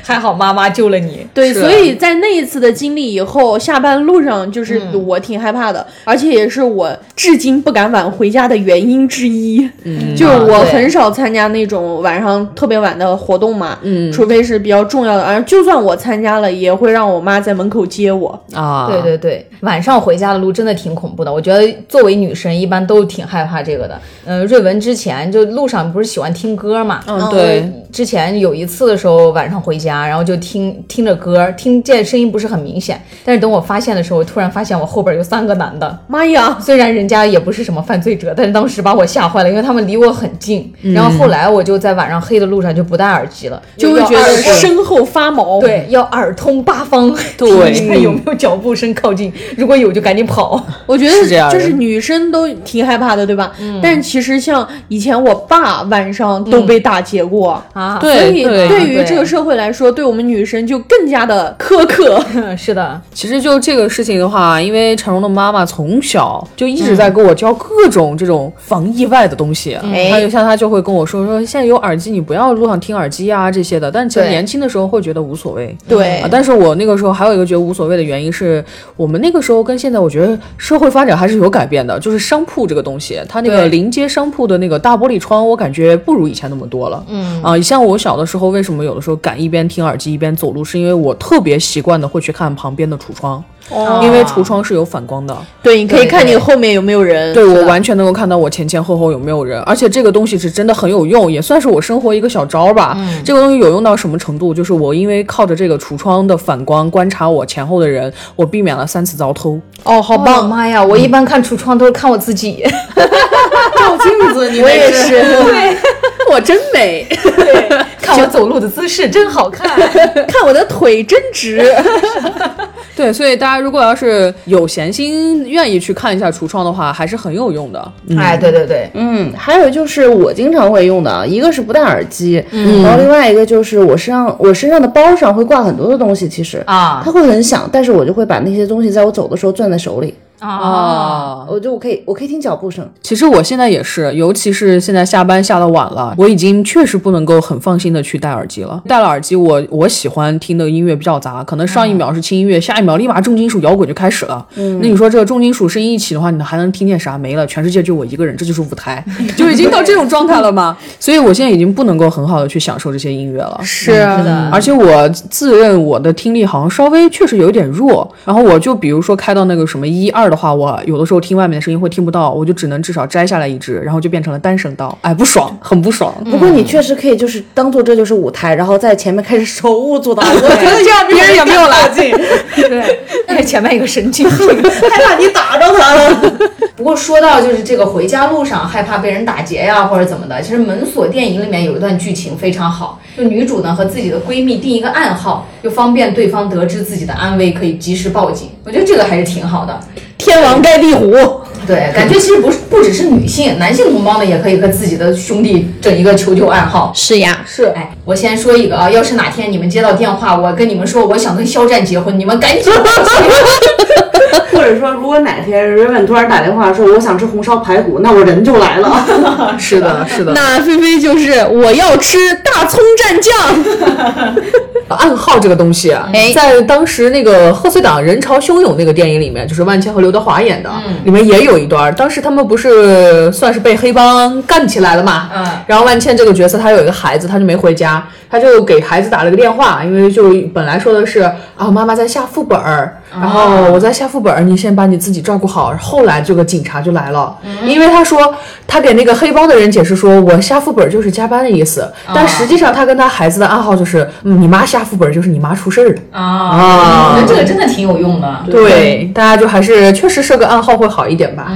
还好妈妈救了你。对，所以在那一次的经历以后，下班路上就是我挺害怕的，而且也是我至今不敢晚回家的原因之一。嗯，就是我很少参加那种晚上特别晚的活动嘛，嗯，除非是比较重要的，而就算我参加了，也会让我妈在门口接我。啊，对对对，晚上回家的路真的挺恐怖的。我觉得作为女生，一般都挺害怕这个的。嗯、瑞文之前就路上不是喜欢听歌嘛，嗯，对，之前有一次的时候，晚上回家，然后就听听着歌，听见声音不是很明显，但是等我发现的时候，突然发现我后边有三个男的，妈呀，虽然人家也不是什么犯罪者，但是当时把我吓坏了，因为他们离我很近。然后后来我就在晚上黑的路上就不戴耳机了，嗯就会要觉得耳身后发毛。，对要耳通八方，哦 对听看有没有脚步声靠近，如果有就赶紧跑。我觉是这样得的就是女生都挺害怕的，对吧？但其实像以前我爸晚上都被打劫过。啊，所对以对，于这个社会来说，对我们女生就更加的苛刻。 是的，其实就这个事情的话，因为陈荣的妈妈从小就一直在给我教各种这种防意外的东西。她就像她就会跟我说说，现在有耳机，你不要路上听耳机啊这些的。但其实对年轻的时候会觉得无所谓。对啊，但是我那个时候还有一个觉得无所谓的原因是，我们那个时候跟现在我觉得社会发展还是有改变的，就是商铺这个东西，它那个对临街商铺的那个大玻璃窗，我感觉不如以前那么多了。嗯啊，像我小的时候，为什么有的时候敢一边听耳机一边走路，是因为我特别习惯的会去看旁边的橱窗，哦哦因为橱窗是有反光的，对，你可以看对你后面有没有人。对我是吧完全能够看到我前前后后有没有人，而且这个东西是真的很有用，也算是我生活一个小招吧。嗯这个东西有用到什么程度？就是我因为靠着这个橱窗的反光观察我前后的人，我避免了三次遭 偷。哦，好好棒！棒，妈呀，我一般看橱窗都是看我自 己。照镜子，你我也是。我真美。 看我走路的姿势真好看。 看我的腿真直， 对，所以大家如果要是有闲心愿意去看一下橱窗的话，还是很有用的。哎，对对对，嗯，还有就是我经常会用的，啊一个是不戴耳机，然后另外一个就是我身上我身上的包上会挂很多的东西，其实啊它会很响，但是我就会把那些东西在我走的时候攥在手里，哦啊，我就我可以我可以听脚步声，其实我现在也是，尤其是现在下班下的晚了，我已经确实不能够很放心的去戴耳机了。戴了耳机，我我喜欢听的音乐比较杂，可能上一秒是轻音乐，下一秒立马重金属摇滚就开始了。那你说这个重金属声音一起的话，你还能听见啥？没了，全世界就我一个人，这就是舞台，就已经到这种状态了吗？所以我现在已经不能够很好的去享受这些音乐了。是的，而且我自认我的听力好像稍微确实有一点弱，然后我就比如说开到那个什么一二的话，我有的时候听外面的声音会听不到，我就只能至少摘下来一只，然后就变成了单声道，嗯哎，不爽，很不爽。不过你确实可以就是当做这就是舞台，然后在前面开始手舞足蹈，我 觉 得这样别人也没有拉近，对，哎，前面有个神经病， 害怕你打着他了。 不过说到就是这个回家路上害怕被人打劫呀、或者怎么的，其实《门锁》电影里面有一段剧情非常好，就女主呢和自己的闺蜜定一个暗号，就方便对方得知自己的安危，可以及时报警。我觉得这个还是挺好的。天王盖地虎，对，感觉其实不是不只是女性，男性同胞呢也可以和自己的兄弟整一个求救暗号。是呀，是，哎，我先说一个啊，要是哪天你们接到电话，我跟你们说我想跟肖战结婚，你们赶紧 帮我催哎或者说，如果哪天瑞文突然打电话说我想吃红烧排骨，那我人就来了。是的，是的。那菲菲就是我要吃大葱蘸酱， 暗号这个东西啊，哎在当时那个贺岁档人潮汹涌那个电影里面，就是万千和刘德华演的，里面也有一段儿，当时他们不是算是被黑帮干起来了嘛，嗯然后万茜这个角色她有一个孩子，她就没回家，她就给孩子打了个电话，因为就本来说的是啊，妈妈在下副本儿，然后我在下副本儿，你先把你自己照顾好。后来这个警察就来了，因为他说他给那个黑帮的人解释说，我下副本儿就是加班的意思，但实际上他跟他孩子的暗号就是，嗯你妈下副本儿就是你妈出事儿了。啊！我啊觉得这个真的挺有用的。对，大家就还是确实设个暗号会好一点吧。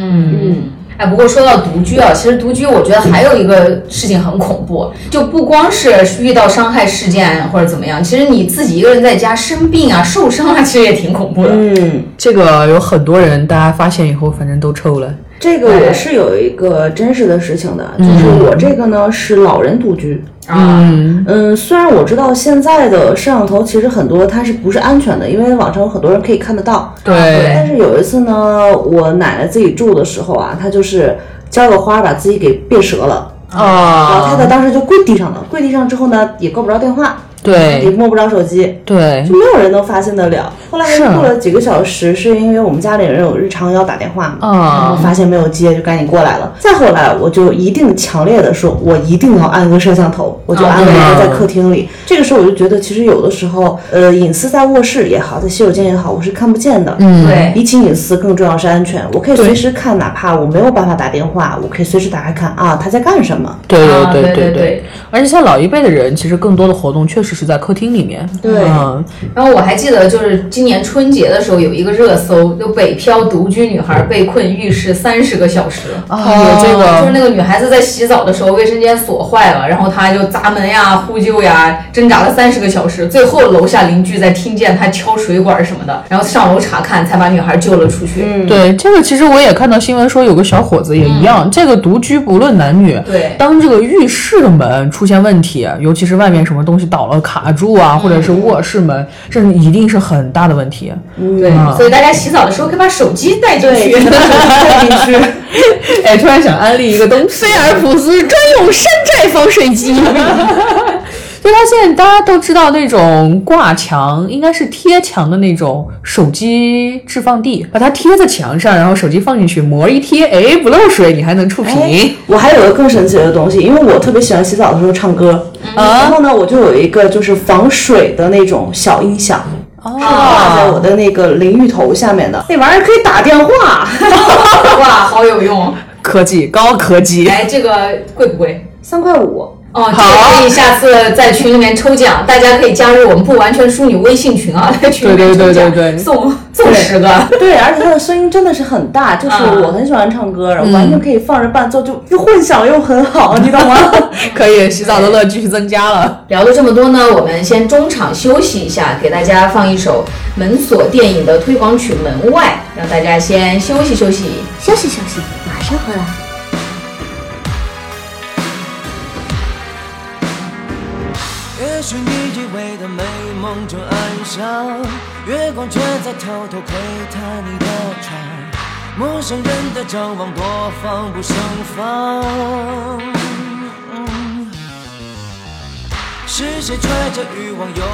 哎，不过说到独居啊，其实独居我觉得还有一个事情很恐怖，就不光是遇到伤害事件或者怎么样，其实你自己一个人在家生病啊、受伤 啊，其实也挺恐怖的。嗯，这个有很多人，大家发现以后反正都抽了。这个我是有一个真实的事情的，就是我这个呢是老人独居。啊，嗯，虽然我知道现在的摄像头其实很多它是不是安全的，因为网上有很多人可以看得到。对，但是有一次呢，我奶奶自己住的时候啊，她就是浇个花把自己给变折了，然后啊太太当时就跪地上了，跪地上之后呢，也够不着电话，也对摸不着手机，对就没有人能发现得了。后来是啊过了几个小时，是因为我们家里人有日常要打电话嘛，然后嗯啊，发现没有接，就赶紧过来了。再后来，我就一定强烈的说，我一定要安个摄像头，我就安了一个在客厅里。这个时候我就觉得，其实有的时候，呃，隐私在卧室也好，在洗手间也好，我是看不见的。嗯，对，比起隐私，更重要是安全。我可以随时看，哪怕我没有办法打电话，我可以随时打开看啊，他在干什么。对啊对对对对对。而且像老一辈的人，其实更多的活动确实是在客厅里面。对嗯，然后我还记得，就是今年春节的时候有一个热搜，就北漂独居女孩被困浴室三十个小时。啊，有这哦就个是那个女孩子在洗澡的时候，卫生间锁坏了，然后她就砸门呀、呼救呀，挣扎了三十个小时，最后楼下邻居在听见她敲水管什么的，然后上楼查看，才把女孩救了出去。嗯，对这个，其实我也看到新闻说有个小伙子也一样，这个独居不论男女，对当这个浴室的门出现问题，啊尤其是外面什么东西倒了卡住嗯啊，或者是卧室门，这一定是很大的问题。嗯嗯对，所以大家洗澡的时候可以把手机带进去。哎，突然想安利一个东西。菲尔普斯专用山寨防水 机。就它现在大家都知道那种挂墙，应该是贴墙的那种手机置放地，把它贴在墙上，然后手机放进去，膜一贴，哎，不漏水，你还能触哎屏。哎我还有一个更神奇的东西，因为我特别喜欢洗澡的时候唱歌，然后呢，我就有一个就是防水的那种小音响。是挂在我的那个淋浴头下面的那玩意儿可以打电话， 哇，好有用！科技高科技，哎，这个贵不贵？三块五。哦，这个可以下次在群里面抽奖，大家可以加入我们不完全淑女微信群啊，在群里面对抽对对奖，对对送送十个。对，而且它的声音真的是很大，就是我很喜欢唱歌，然后完全可以放着伴奏，就又混响又很好，你懂吗？可以洗澡的乐趣增加了。聊了这么多呢，我们先中场休息一下，给大家放一首门锁电影的推广曲《门外》，让大家先休息休息。休息休息，马上回来。也许你以为的美梦就爱上，月光却在偷偷窥探你的床。陌生人的张望多防不胜防。嗯是谁揣着欲望又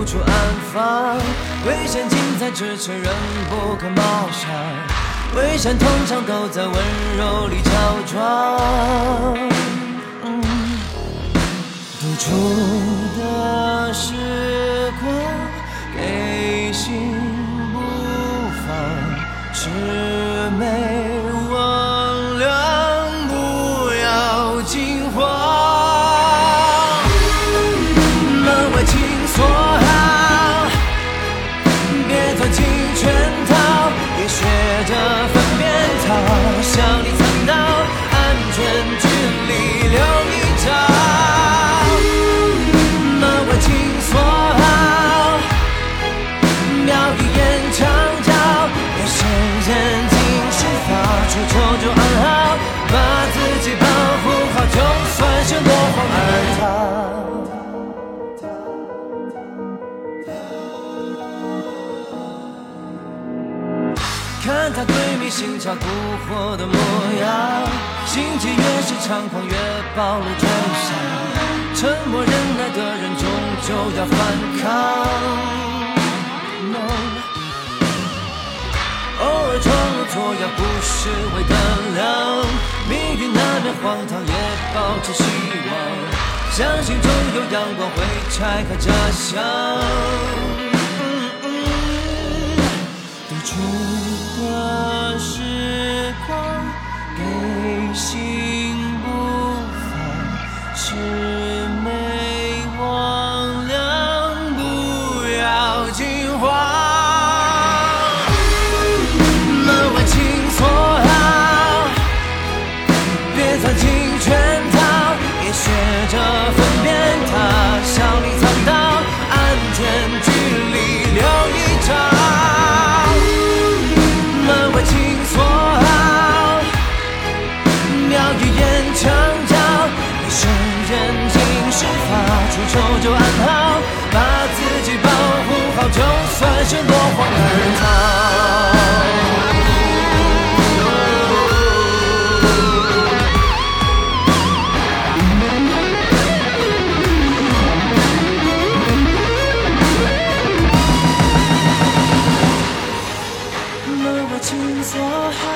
无处安放？危险近在咫尺，人不可貌相。伪善通常都在温柔里乔装。嗯独处的时光，给心不妨，魑魅魍魉，不要惊慌。门外请锁好，别钻进圈套，也学着分辨逃，笑里藏刀，安全距离留一招。门外请锁好，妙语言常招，眼神人尽释放。看她闺蜜心潮蛊惑的模样，心机越是猖狂，越暴露真相。沉默忍耐的人，终究要反抗。No. 偶尔闯入错崖不失为胆量，命运难免荒唐，也保持希望，相信终有阳光会拆开假象。嗯嗯独处的时光，给心不放，魑魅魍魉，不要惊慌。门外请锁好，别藏进圈套，也学着分辨它，笑里藏刀，安全距离留一招。门外请锁好，妙语言墙角，夜深人静时发出求救暗号，把自己保护好，就算是落荒而逃。门外请锁好，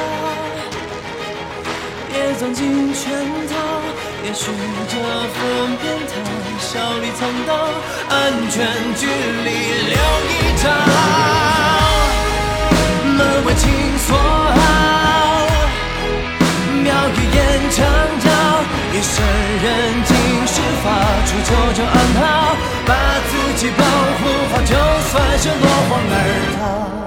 别藏进圈套，也试着分辨它，笑里藏刀，安全距离留一招。门外请锁好。妙语言墙角，夜深人静时发出求救暗号，把自己保护好，就算是落荒而逃。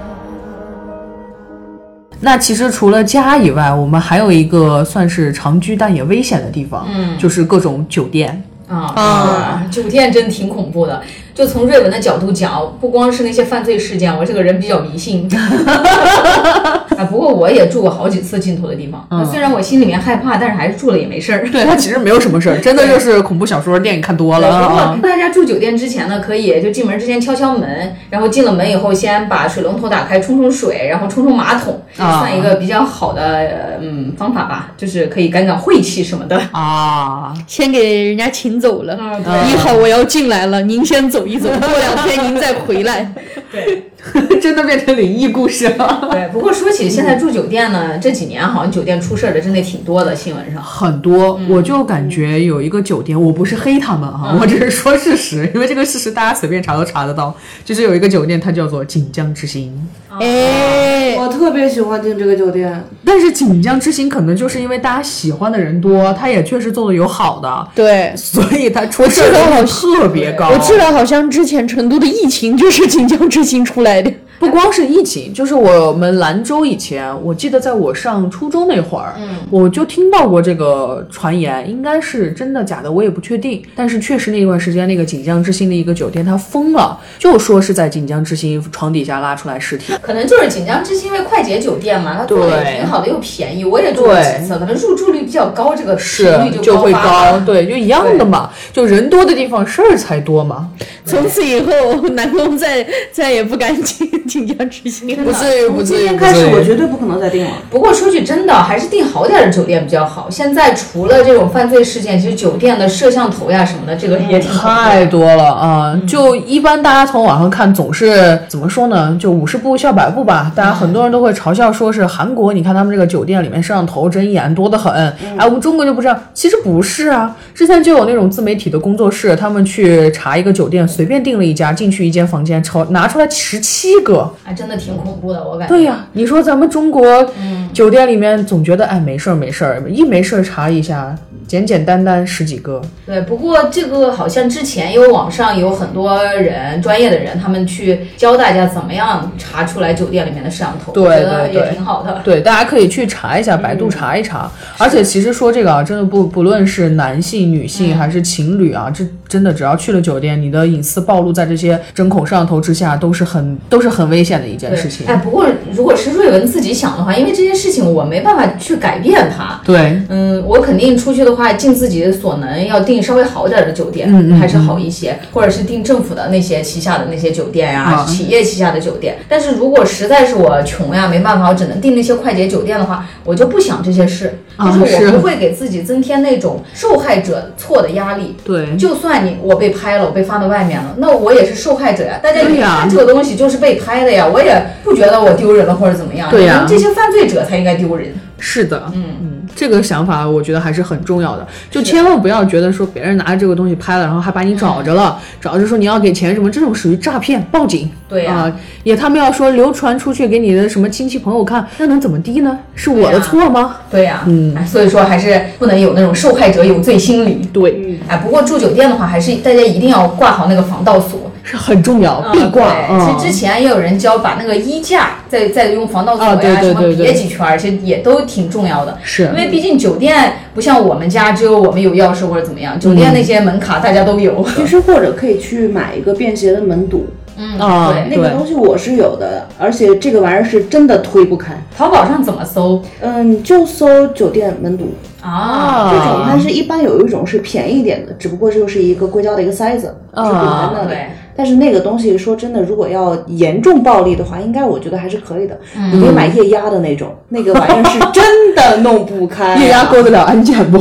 那其实除了家以外，我们还有一个算是常居但也危险的地方，嗯，就是各种酒店。啊，是酒店真挺恐怖的。就从瑞文的角度讲，不光是那些犯罪事件，我这个人比较迷信。啊，不过我也住过好几次尽头的地方。虽然我心里面害怕，但是还是住了也没事儿。对，它其实没有什么事儿，真的就是恐怖小说、电影看多了不过啊。大家住酒店之前呢，可以就进门之前敲敲门，然后进了门以后先把水龙头打开冲冲水，然后冲冲马桶，啊算一个比较好的呃嗯方法吧，就是可以赶赶晦气什么的。 啊，先给人家请走了。啊，你好，哦我要进来了，您先走一走，过两天您再回来。对。 真的变成灵异故事了，对，不过说起现在住酒店呢，这几年好像酒店出事儿的真的挺多的，新闻上。很多。我就感觉有一个酒店，我不是黑他们啊，我只是说事实， 因为这个事实大家随便查都查得到。就是有一个酒店，它叫做锦江之星，哎，我特别喜欢订这个酒店，但是锦江之星可能就是因为大家喜欢的人多，它也确实做的有好的，对，所以它出事儿我记得率好特别高。我记得好像之前成都的疫情就是锦江之星出来的。不光是疫情，就是我们兰州以前，我记得在我上初中那会儿，嗯，我就听到过这个传言，应该是真的假的，我也不确定。但是确实那段时间，那个锦江之星的一个酒店它封了，就说是在锦江之星床底下拉出来尸体。可能就是锦江之星，因为快捷酒店嘛，它做的也挺好的，又便宜，我也住过几次，可能入住率比较高，这个是频率就会高发高，了。对，就一样的嘛，就人多的地方事儿才多嘛，从此以后，南宫再再也不敢进锦江之星不了。至于，不至于。今天开始不至于我绝对不可能再订了。不过说句真的，还是订好点儿的酒店比较好。现在除了这种犯罪事件，其实酒店的摄像头呀什么的，这个也挺恐怖的太多了啊！就一般大家从网上看，总是怎么说呢？就五十步笑百步吧。大家很多人都会嘲笑说是韩国，你看他们这个酒店里面摄像头真眼多得很。哎，我们中国就不这样。其实不是啊，之前就有那种自媒体的工作室，他们去查一个酒店，随便订了一家，进去一间房间，抽拿出来十七个。啊，真的挺恐怖的，我感觉。对呀、你说咱们中国酒店里面总觉得哎没事儿没事儿，一没事儿查一下，简简单单十几个。对，不过这个好像之前有网上有很多人专业的人，他们去教大家怎么样查出来酒店里面的摄像头，对我觉得对对也挺好的。对，大家可以去查一下，百度查一查。而且其实说这个嗯啊，真的不不论是男性、女性还是情侣啊，这真的只要去了酒店，你的隐次暴露在这些针孔摄像头之下，都是很都是很危险的一件事情。哎，不过如果是瑞文自己想的话，因为这些事情我没办法去改变它。对，嗯，我肯定出去的话，尽自己所能，要订稍微好点的酒店，嗯还是好一些，或者是订政府的那些旗下的那些酒店呀、啊企业旗下的酒店。但是如果实在是我穷呀，没办法，我只能订那些快捷酒店的话，我就不想这些事，啊就是是我不会给自己增添那种受害者错的压力。对就算你我被拍了，我被发到外面了，那我也是受害者呀。大家对一呀看这个东西就是被拍的呀，我也不觉得我丢人了或者怎么样。对呀你们这些犯罪者才应该丢人。是的，嗯嗯，这个想法我觉得还是很重要的，就千万不要觉得说别人拿着这个东西拍了，然后还把你找着了，找着说你要给钱什么，这种属于诈骗，报警。对呀啊、也他们要说流传出去给你的什么亲戚朋友看，那能怎么地呢？是我的错吗？对呀、嗯，哎，所以说还是不能有那种受害者有罪心理。对，哎，不过住酒店的话，还是大家一定要挂好那个防盗锁。是很重要，必嗯挂。对嗯其实之前也有人教把那个衣架再再用防盗锁呀、啊对对对什么对别几圈儿，其实也都挺重要的。是因为毕竟酒店不像我们家只有我们有钥匙或者怎么嗯样，酒店那些门卡大家都有。其实或者可以去买一个便携的门堵，嗯，啊 对。那个东西我是有的，而且这个玩意儿是真的推不开。淘宝上怎么搜嗯，你就搜酒店门堵啊？哦这种，但是一般有一种是便宜一点的，只不过就是一个硅胶的一个塞子，就是堵在那里对。但是那个东西说真的，如果要严重暴力的话，应该我觉得还是可以的。嗯你别买液压的那种，那个玩意儿是真的弄不开、 液压过得了安检不？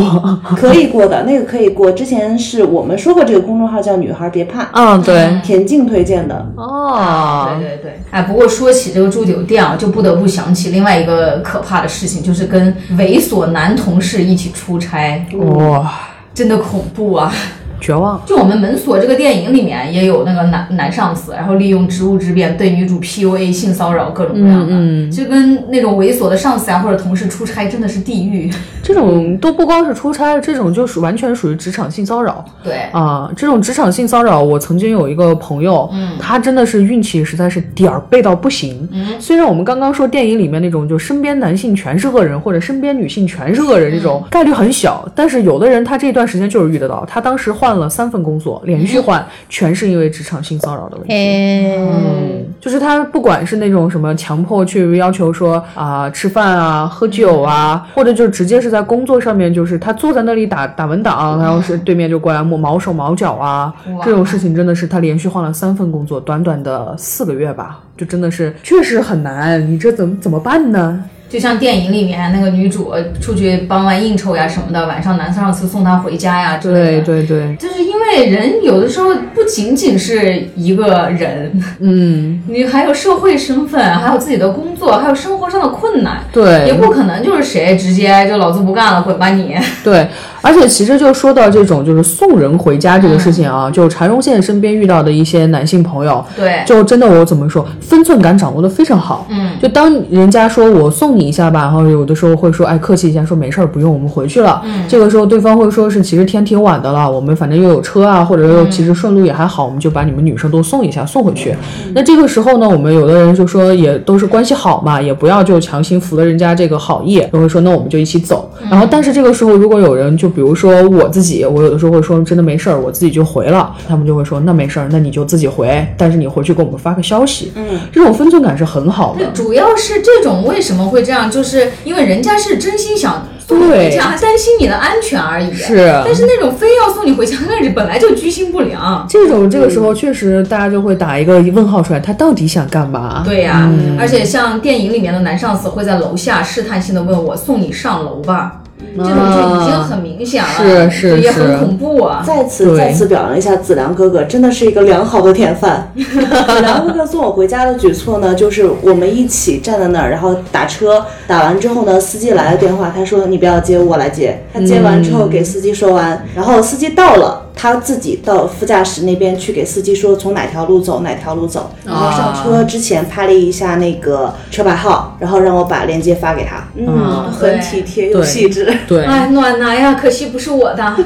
可以过的，那个可以过。之前是我们说过这个公众号叫“女孩别怕”，嗯， 对。田静推荐的。哦，对对对，哎，不过说起这个住酒店啊，就不得不想起另外一个可怕的事情，就是跟猥琐男同事一起出差，哇，真的恐怖啊！绝望。就我们《门锁》这个电影里面也有那个男男上司，然后利用职务之便对女主 PUA 性骚扰各种各样的，就跟那种猥琐的上司啊或者同事出差真的是地狱。 这种都不光是出差，这种就属完全属于职场性骚扰。对，啊，这种职场性骚扰，我曾经有一个朋友，嗯，他真的是运气实在是点儿背到不行。嗯，虽然我们刚刚说电影里面那种就身边男性全是恶人，或者身边女性全是恶人这种、概率很小，但是有的人他这段时间就是遇得到。他当时换了三份工作，连续换，全是因为职场性骚扰的问题。嗯，就是他不管是那种什么强迫去要求说啊、吃饭啊喝酒啊，或者就直接是在工作上面，就是他坐在那里打打文档，然后是对面就过来摸毛手毛脚啊，这种事情真的是他连续换了三份工作，短短的四个月吧，就真的是确实很难，你这怎么怎么办呢？就像电影里面那个女主呃出去帮完应酬呀什么的，晚上男上司送她回家呀之类对的。对对，就是因为人有的时候不仅仅是一个人，嗯，你还有社会身份，还有自己的工作，还有生活上的困难，也对不可能就是谁直接就老子不干了，滚吧 你。对，而且其实就说到这种就是送人回家这个事情啊，就柴荣县身边遇到的一些男性朋友，对，就真的我怎么说，分寸感掌握的非常好。嗯，就当人家说我送你一下吧，然后有的时候会说，哎，客气一下，说没事儿，不用，我们回去了。嗯，这个时候对方会说是其实天挺晚的了，我们反正又有车啊，或者嗯又其实顺路也还好，我们就把你们女生都送一下，送回去。嗯那这个时候呢，我们有的人就说也都是关系好嘛，也不要就强行服了人家这个好意，就会说那我们就一起走。然嗯后但是这个时候如果有人就比如说我自己，我有的时候会说真的没事儿，我自己就回了，他们就会说那没事儿，那你就自己回，但是你回去给我们发个消息。嗯，这种分寸感是很好的对，。主要是这种为什么会这样，就是因为人家是真心想送你回家，担心你的安全而已。是但是那种非要送你回家，那本来就居心不良。这种这个时候确实大家就会打一个问号出来，他到底想干嘛？对呀、而且像电影里面的男上司会在楼下试探性的问我送你上楼吧，这种就已经很明显了，是是也是很恐怖啊。再次对再次表扬一下子良哥哥，真的是一个良好的典 范。子良哥哥送我回家的举措呢，就是我们一起站在那儿，然后打车，打完之后呢，司机来了电话，他说你不要接，我来接。他接完之后给司机说完，然后司机到了。他自己到副驾驶那边去给司机说从哪条路走哪条路走，然后上车之前拍了一下那个车牌号，然后让我把链接发给他，嗯，很对体贴又细致。对哎，暖男呀，可惜不是我的。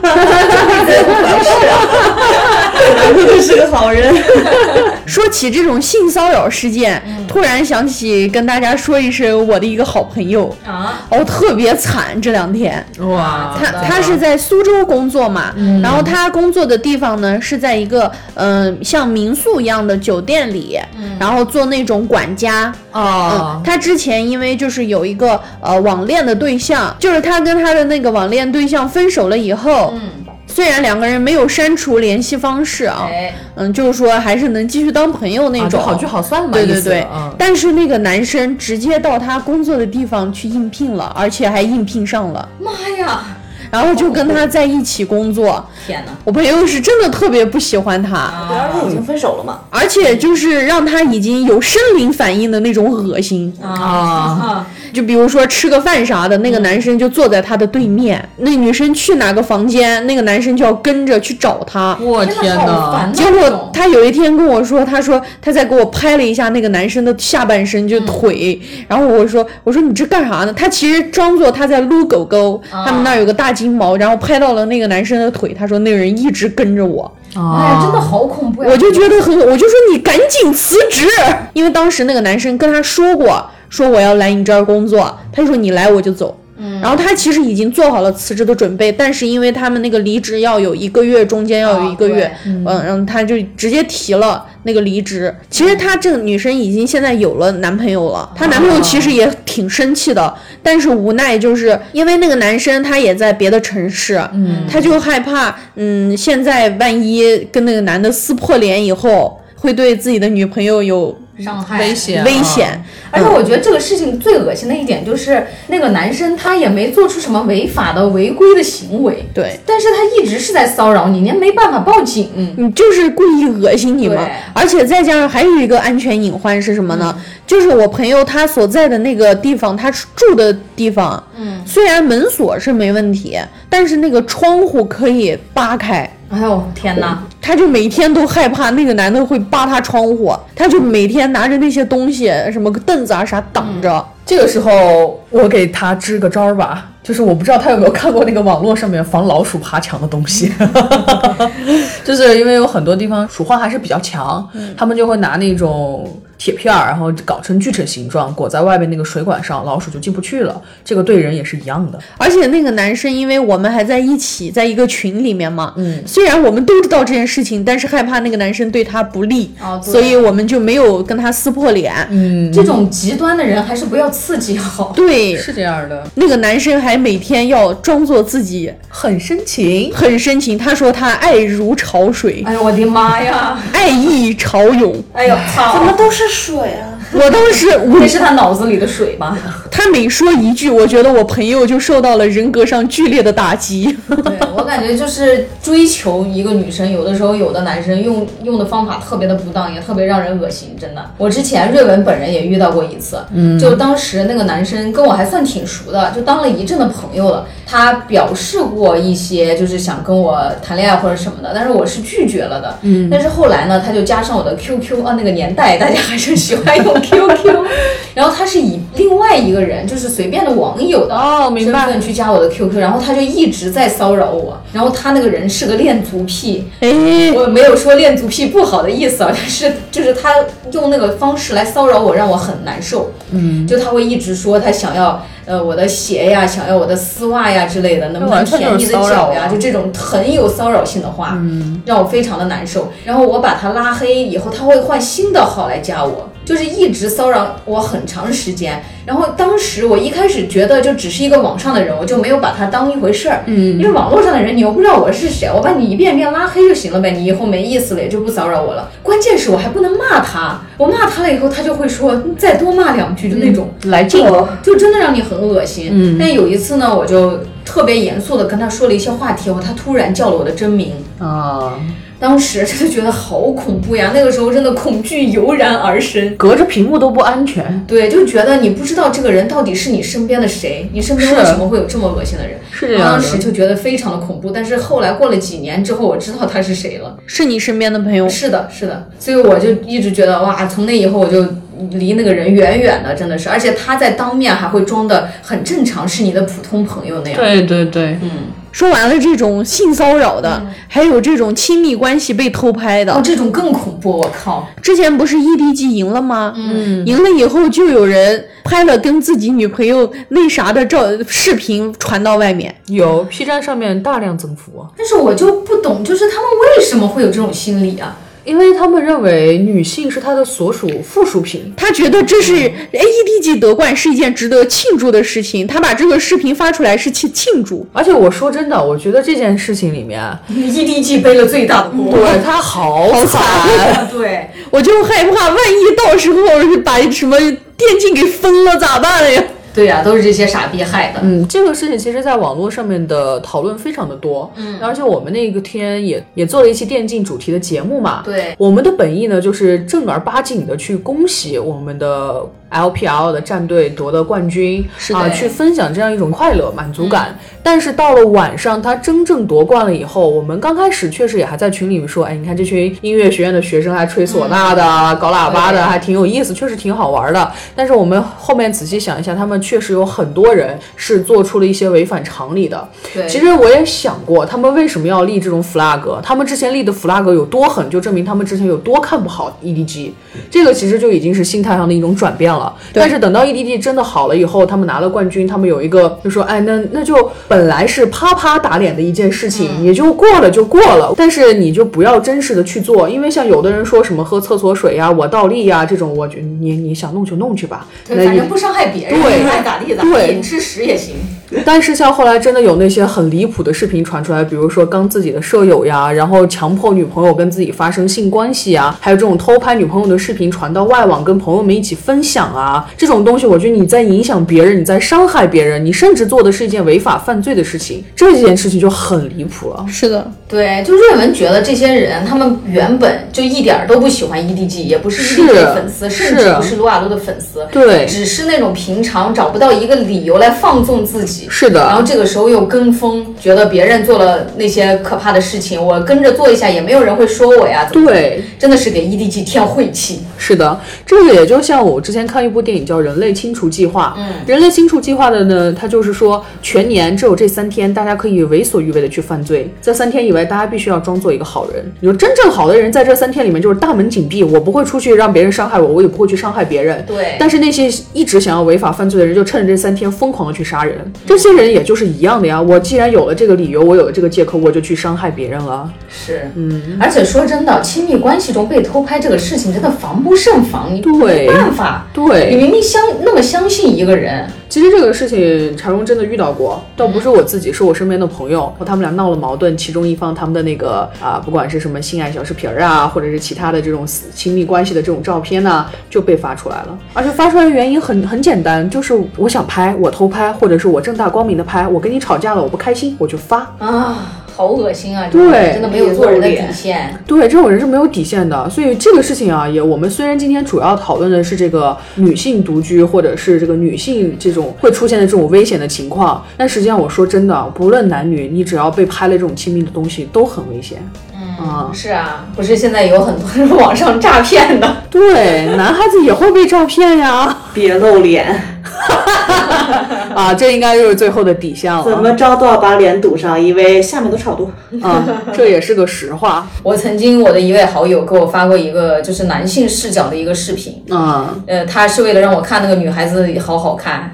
是个好人。说起这种性骚扰事件，嗯突然想起跟大家说一声，我的一个好朋友啊，哦，特别惨，这两天。哇，嗯他他是在苏州工作嘛，然后他工作的地方呢是在一个嗯、呃像民宿一样的酒店里，嗯然后做那种管家。啊嗯，，他之前因为就是有一个呃网恋的对象，就是他跟他的那个网恋对象分手了以后，嗯，虽然两个人没有删除联系方式啊，哎，嗯，就是说还是能继续当朋友那啊就种，好聚好散嘛，对意对思对嗯，但是那个男生直接到他工作的地方去应聘了，而且还应聘上了，妈呀，然后就跟他在一起工作。天哪！我朋友是真的特别不喜欢啊他，不要说已经分手了嘛，而且就是让他已经有生理反应的那种恶心。啊，就比如说吃个饭啥的，那个男生就坐在他的对面，那女生去哪个房间，那个男生就要跟着去找她。我天好哪，烦呐！啊结这果种他有一天跟我说，他说他在给我拍了一下那个男生的下半身，就腿。然后我说我说你这干啥呢？他其实装作他在撸狗狗，他们那儿有个大金毛，然后拍到了那个男生的腿。他说那个人一直跟着我，哎呀，真的好恐怖呀！我就觉得很，我就说你赶紧辞职，因为当时那个男生跟他说过，说我要来你这儿工作，他就说你来我就走。嗯，然后他其实已经做好了辞职的准备，但是因为他们那个离职要有一个月，中间要有一个月，哦嗯，然后他就直接提了那个离职。其实她这个女生已经现在有了男朋友了，她男朋友其实也挺生气的，但是无奈就是因为那个男生他也在别的城市，嗯，他就害怕，嗯，现在万一跟那个男的撕破脸以后，会对自己的女朋友有伤害危险，危险。而且我觉得这个事情最恶心的一点就是，那个男生他也没做出什么违法的、违规的行为，对，但是他一直是在骚扰你，你也没办法报警。你嗯就是故意恶心你嘛对。而且再加上还有一个安全隐患是什么呢？就是我朋友他所在的那个地方，他住的地方，嗯，虽然门锁是没问题，但是那个窗户可以扒开。哎呦天哪！他就每天都害怕那个男的会扒他窗户，他就每天拿着那些东西，什么个凳子啊啥挡着。这个时候我给他支个招儿吧，就是我不知道他有没有看过那个网络上面防老鼠爬墙的东西， 就是因为有很多地方鼠患还是比较强，他们就会拿那种。铁片儿，然后搞成锯齿形状，裹在外边那个水管上，老鼠就进不去了。这个对人也是一样的。而且那个男生，因为我们还在一起，在一个群里面嘛，嗯，虽然我们都知道这件事情，但是害怕那个男生对他不利，哦对所以我们就没有跟他撕破脸。嗯，这种极端的人还是不要刺激好。对，是这样的，那个男生还每天要装作自己很深情。很深情，他说他爱如 潮水，哎呦我的妈呀！爱意潮涌。哎呦怎么操！都是水啊！我当时我那是他脑子里的水吧？他每说一句，我觉得我朋友就受到了人格上剧烈的 打击。对我感觉就是追求一个女生，有的时候有的男生用用的方法特别的不当，也特别让人恶心，真的。我之前瑞文本人也遇到过一次，嗯，就当时那个男生跟我还算挺熟的，就当了一阵的朋友了。他表示过一些就是想跟我谈恋爱或者什么的，但是我是拒绝了的。嗯，但是后来呢，他就加上我的 QQ 啊，那个年代大家还是喜欢用 QQ，然 后他是以另外一个人就是随便的网友的哦明白身份去加我的 QQ，然后他就一直在骚扰我，然后他那个人是个恋足癖，哎，我没有说恋足癖不好的意思啊，但是就是他用那个方式来骚扰我，让我很难受。嗯，就他会一直说他想要呃我的鞋呀，想要我的丝袜呀之类的，能不能完全舔就是你的骚扰脚啊呀？就这种很有骚扰性的话，嗯，让我非常的难受。然后我把他拉黑以后，他会换新的号来加我，就是一直骚扰我很长时间。然后当时我一开始觉得就只是一个网上的人，我就没有把他当一回事儿，嗯，因为网络上的人你又不知道我是谁，我把你一遍遍拉黑就行了呗，你以后没意思了也就不骚扰我了。关键是我还不能骂他，我骂他了以后，他就会说你再多骂两句，就那种。来劲，就真的让你很恶心。但有一次呢，我就特别严肃的跟他说了一些话题后，他突然叫了我的真名啊，当时真的觉得好恐怖呀，那个时候真的恐惧油然而生。隔着屏幕都不安全。对，就觉得你不知道这个人到底是你身边的谁，你身边是为什么会有这么恶心的人？啊是这样的当时就觉得非常的恐怖，但是后来过了几年之后，我知道他是谁了。是你身边的朋友是的，是的，所以我就一直觉得哇，从那以后我就离那个人远远的，真的是，而且他在当面还会装的很正常，是你的普通朋友那样。对对对，说完了这种性骚扰的，还有这种亲密关系被偷拍的哦，，这种更恐怖，我靠！之前不是 EDG 赢了吗？嗯，赢了以后就有人拍了跟自己女朋友那啥的照视频传到外面，有 P 站上面大量增幅，但是我就不懂，就是他们为什么会有这种心理啊？因为他们认为女性是他的所属附属品。他觉得这是哎，E AEDG 夺冠是一件值得庆祝的事情，他把这个视频发出来是庆庆祝。而且我说真的，我觉得这件事情里面， EDG 背了最大的锅。对他嗯好惨，对，我就害怕，万一到时候把什么电竞给封了咋办呀？对呀、都是这些傻逼害的。 嗯，这个事情其实在网络上面的讨论非常的多，嗯，而且我们那个天也也做了一期电竞主题的节目嘛，对我们的本意呢就是正儿八经的去恭喜我们的 LPL 的战队夺得冠军，是的嗯啊，去分享这样一种快乐满足感。但是到了晚上，他真正夺冠了以后，我们刚开始确实也还在群里面说，哎，你看这群音乐学院的学生还吹唢呐的、啊嗯搞喇叭的，还挺有意思，确实挺好玩的。但是我们后面仔细想一下，他们确实有很多人是做出了一些违反常理的。对，其实我也想过，他们为什么要立这种 flag？他们之前立的 flag 有多狠，就证明他们之前有多看不好 EDG。这个其实就已经是心态上的一种转变了。但是等到 EDG 真的好了以后，他们拿了冠军，他们有一个就说，哎，那那就本来是啪啪打脸的一件事情，嗯也就过了就过了。但是你就不要真实的去做，因为像有的人说什么喝厕所水呀、我倒立呀这种，我觉得你你想弄就弄去吧，那对，反你正不伤害别人，对爱咋地咋对地，你吃屎也行。但是像后来真的有那些很离谱的视频传出来，比如说刚自己的舍友呀，然后强迫女朋友跟自己发生性关系啊，还有这种偷拍女朋友的视频传到外网跟朋友们一起分享啊，这种东西我觉得你在影响别人，你在伤害别人，你甚至做的是一件违法犯罪的事情，这件事情就很离谱了。是的，对，就瑞文觉得这些人，他们原本就一点儿都不喜欢 EDG，也不是是 EDG 的粉丝，甚至是不是撸啊撸的粉丝，对只是那种平常找不到一个理由来放纵自己。是的然后这个时候又跟风，觉得别人做了那些可怕的事情，我跟着做一下，也没有人会说我呀。怎么对，真的是给 EDG 添晦气。是的，这个也就像我之前看一部电影叫《人类清除计划》。嗯，人类清除计划的呢，它就是说全年只有这三天，大家可以为所欲为的去犯罪，在三天以外，大家必须要装作一个好人。你说真正好的人，在这三天里面就是大门紧闭，我不会出去让别人伤害我，我也不会去伤害别人。对但是那些一直想要违法犯罪的人，就趁着这三天疯狂的去杀人。这些人也就是一样的呀，我既然有了这个理由，我有了这个借口，我就去伤害别人了。是，嗯，而且说真的，亲密关系中被偷拍这个事情真的防不胜防，你对没办法。对，你明明相那么相信一个人，其实这个事情，柴荣真的遇到过，倒不是我自己，是我身边的朋友，他们俩闹了矛盾，其中一方他们的那个啊，不管是什么性爱小视频儿啊，或者是其他的这种亲密关系的这种照片呢、就被发出来了。而且发出来的原因很很简单，就是我想拍，我偷拍，或者是我正大光明的拍，我跟你吵架了，我不开心，我就发。啊，好恶心啊！对这个真的没有做人的底线。对，这种人是没有底线的。所以这个事情啊，也我们虽然今天主要讨论的是这个女性独居，或者是这个女性这种会出现的这种危险的情况，但实际上我说真的，啊不论男女，你只要被拍了这种亲密的东西，都很危险。啊、是啊，不是现在有很多人网上诈骗的，对，男孩子也会被照骗呀！ 别露脸，啊，这应该就是最后的底线了。怎么着都要把脸堵上，因为下面都差不多。啊、这也是个实话。我曾经我的一位好友给我发过一个就是男性视角的一个视频，啊、呃，他是为了让我看那个女孩子好好看。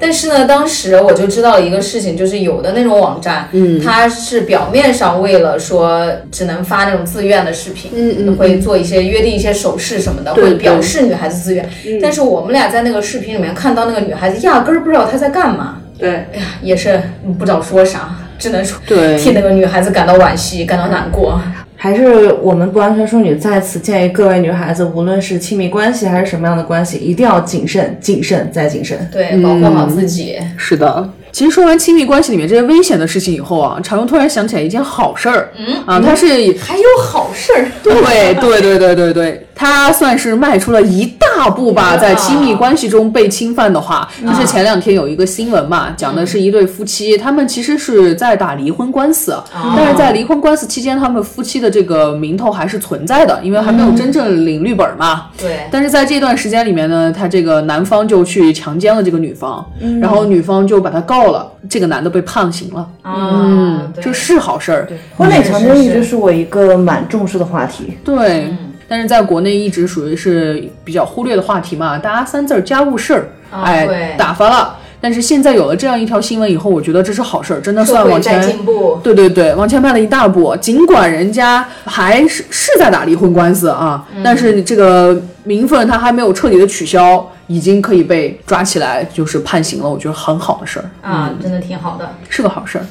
但是呢，当时我就知道了一个事情，就是有的那种网站，嗯，它是表面上为了说只能发那种自愿的视频，嗯嗯，会做一些约定一些手势什么的，会对表示女孩子自愿。但是我们俩在那个视频里面看到那个女孩子压根儿不知道她在干嘛，对，哎呀，也是嗯不知道说啥，只能说对替那个女孩子感到惋惜，感到难过。还是我们不安全淑女在此建议各位女孩子，无论是亲密关系还是什么样的关系，一定要谨慎、谨慎再谨慎。对，保护好自己。是的。其实说完亲密关系里面这些危险的事情以后啊，常荣突然想起来一件好事儿，嗯啊，他是还有好事儿，对对对对对对，他算是迈出了一大步吧，在亲密关系中被侵犯的话，就是前两天有一个新闻嘛，讲的是一对夫妻，他们其实是在打离婚官司，但是在离婚官司期间，他们夫妻的这个名头还是存在的，因为还没有真正领绿本嘛。对，但是在这段时间里面呢，他这个男方就去强奸了这个女方，然后女方就把他告了，这个男的被判刑了。嗯这是好事儿，婚恋强奸一直是我一个蛮重视的话题。对。嗯但是在国内一直属于是比较忽略的话题嘛，大家三字儿家务事儿，啊对哎，打发了。但是现在有了这样一条新闻以后，我觉得这是好事儿，真的社算会往在前进步，对对对，往前迈了一大步。尽管人家还是是在打离婚官司啊，嗯但是这个名分他还没有彻底的取消，已经可以被抓起来，就是判刑了。我觉得很好的事儿，啊，真的挺好的。是个好事儿，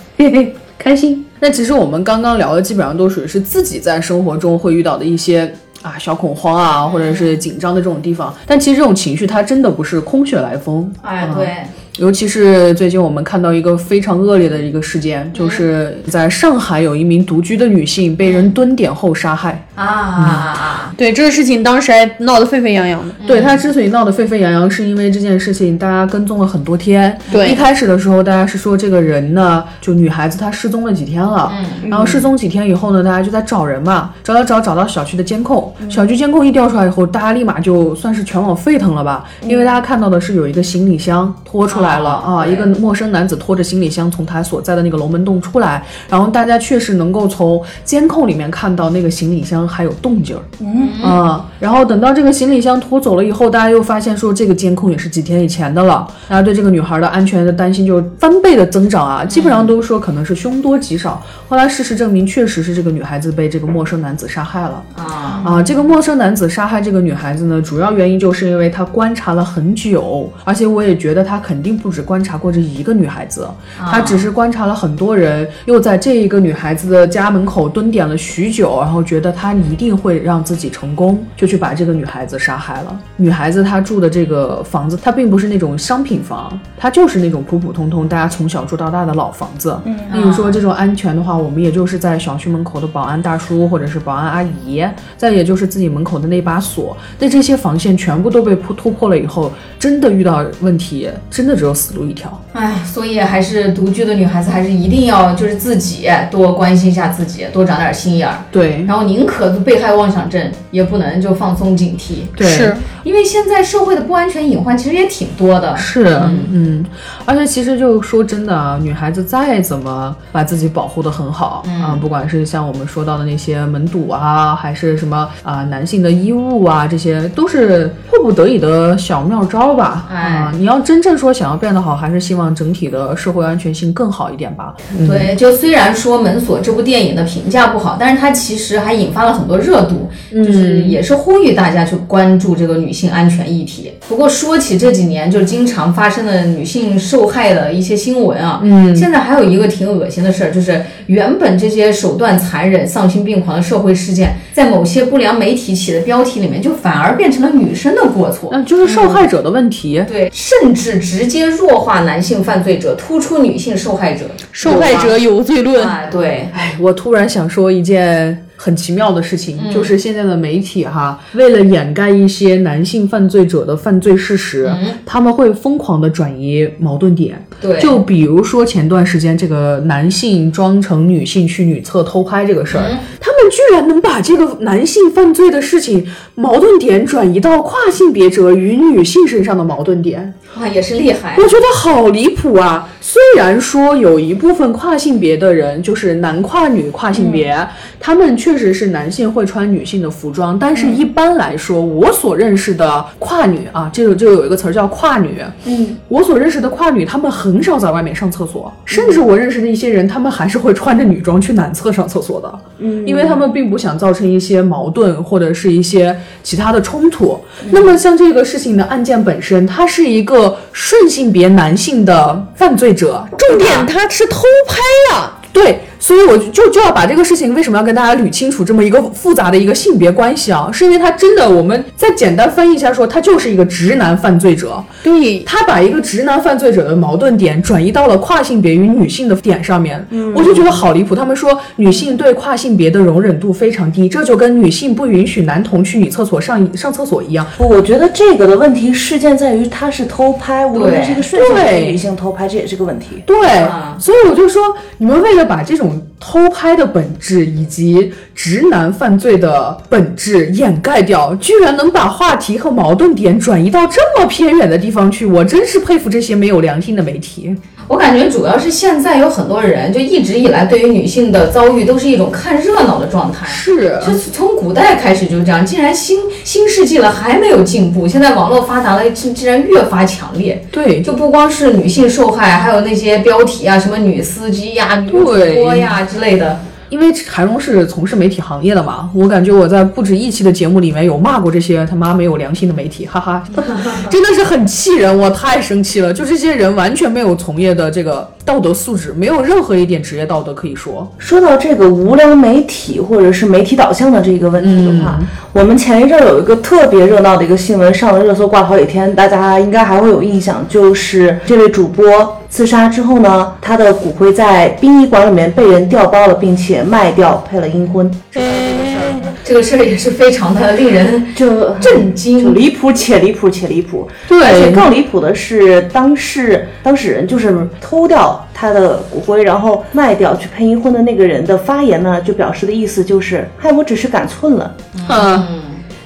开心。那其实我们刚刚聊的基本上都属于是自己在生活中会遇到的一些。啊，小恐慌啊，或者是紧张的这种地方，但其实这种情绪它真的不是空穴来风，哎，啊对，尤其是最近我们看到一个非常恶劣的一个事件，就是在上海有一名独居的女性被人蹲点后杀害。啊啊对这个事情当时还闹得沸沸扬扬的，嗯对她之所以闹得沸沸扬扬，是因为这件事情大家跟踪了很多天。对一开始的时候大家是说这个人呢，就女孩子她失踪了几天了，嗯然后失踪几天以后呢，大家就在找人嘛，找找找找到小区的监控，嗯小区监控一调出来以后，大家立马就算是全网沸腾了吧，因为大家看到的是有一个行李箱拖出来了嗯哦啊，对一个陌生男子拖着行李箱从他所在的那个龙门洞出来，然后大家确实能够从监控里面看到那个行李箱还有动静儿，嗯啊，然后等到这个行李箱拖走了以后，大家又发现说这个监控也是几天以前的了，大家对这个女孩的安全的担心就翻倍的增长啊，基本上都说可能是凶多吉少，后来事实证明确实是这个女孩子被这个陌生男子杀害了。啊啊！啊，这个陌生男子杀害这个女孩子呢，主要原因就是因为他观察了很久，而且我也觉得他肯定不止观察过这一个女孩子，他只是观察了很多人，又在这一个女孩子的家门口蹲点了许久，然后觉得他一定会让自己成功，就去把这个女孩子杀害了。女孩子她住的这个房子，它并不是那种商品房，它就是那种普普通通大家从小住到大的老房子。嗯，例如说这种安全的话，我们也就是在小区门口的保安大叔或者是保安阿姨，再也就是自己门口的那把锁。那这些防线全部都被突突破了以后，真的遇到问题，真的只有死路一条。哎，所以还是独居的女孩子，还是一定要就是自己多关心一下自己，多长点心眼儿。对，然后宁可被害妄想症，也不能就放松警惕，对是因为现在社会的不安全隐患其实也挺多的。是，嗯，而且其实就说真的啊，女孩子再怎么把自己保护的很好、啊，不管是像我们说到的那些门堵啊，还是什么啊、男性的衣物啊，这些都是迫不得已的小妙招吧。啊，你要真正说想要变得好，还是希望整体的社会安全性更好一点吧。对，就虽然说《门锁》这部电影的评价不好，但是它其实还引发了很多热度，就是也是呼吁大家去关注这个女性安全议题。不过说起这几年就是经常发生的女性受害的一些新闻啊，嗯，现在还有一个挺恶心的事儿，就是原本这些手段残忍、丧心病狂的社会事件，在某些不良媒体起的标题里面，就反而变成了女生的过错。那就是受害者的问题，对，甚至直接弱化男性犯罪者，突出女性受害者。受害者有罪论。啊，对，哎我突然想说一件很奇妙的事情，就是现在的媒体哈，为了掩盖一些男性犯罪者的犯罪事实，他们会疯狂的转移矛盾点。对就比如说前段时间这个男性装成女性去女厕偷拍这个事儿，他们居然能把这个男性犯罪的事情矛盾点转移到跨性别者与女性身上的矛盾点。哇，也是厉害。我觉得好离谱啊！虽然说有一部分跨性别的人，就是男跨女跨性别，他们确实是男性会穿女性的服装，但是一般来说，我所认识的跨女啊，这个就有一个词儿叫跨女。嗯，我所认识的跨女，她们很少在外面上厕所，甚至我认识的一些人，他们还是会穿着女装去男厕上厕所的。嗯，因为他们并不想造成一些矛盾或者是一些其他的冲突。那么像这个事情的案件本身，它是一个顺性别男性的犯罪者，重重点他是偷拍呀、对，所以我就就要把这个事情为什么要跟大家捋清楚这么一个复杂的一个性别关系啊，是因为他真的，我们再简单翻译一下说，他就是一个直男犯罪者，对，他把一个直男犯罪者的矛盾点转移到了跨性别与女性的点上面，我就觉得好离谱。他们说女性对跨性别的容忍度非常低，这就跟女性不允许男童去女厕所上上厕所一样。不，我觉得这个的问题事件在于他是偷拍，无论对他是一个顺性还是对女性偷拍，这也是个问题。对，所以我就说，你们为了把这种偷拍的本质以及直男犯罪的本质掩盖掉，居然能把话题和矛盾点转移到这么偏远的地方去，我真是佩服这些没有良心的媒体。我感觉主要是现在有很多人就一直以来对于女性的遭遇都是一种看热闹的状态。是就是从古代开始就是这样，竟然新新世纪了还没有进步，现在网络发达了，竟竟然越发强烈。对，就不光是女性受害，还有那些标题啊，什么女司机呀、女主播呀之类的。因为韩荣是从事媒体行业的嘛，我感觉我在不止一期的节目里面有骂过这些他妈没有良心的媒体，哈 哈，真的是很气人，我太生气了。就这些人完全没有从业的这个道德素质，没有任何一点职业道德可以说。说到这个无良媒体或者是媒体导向的这个问题的嗯话，我们前一阵儿有一个特别热闹的一个新闻上了热搜，挂了好几天，大家应该还会有印象，就是这位主播自杀之后呢，他的骨灰在殡仪馆里面被人调包了，并且卖掉配了阴婚，这个事儿也是非常的令人就震惊。就离谱且离谱且离谱。嗯对而且更离谱的是，当事当事人就是偷掉他的骨灰，然后卖掉去配阴婚的那个人的发言呢，就表示的意思就是：“嗨，我只是赶寸了。嗯，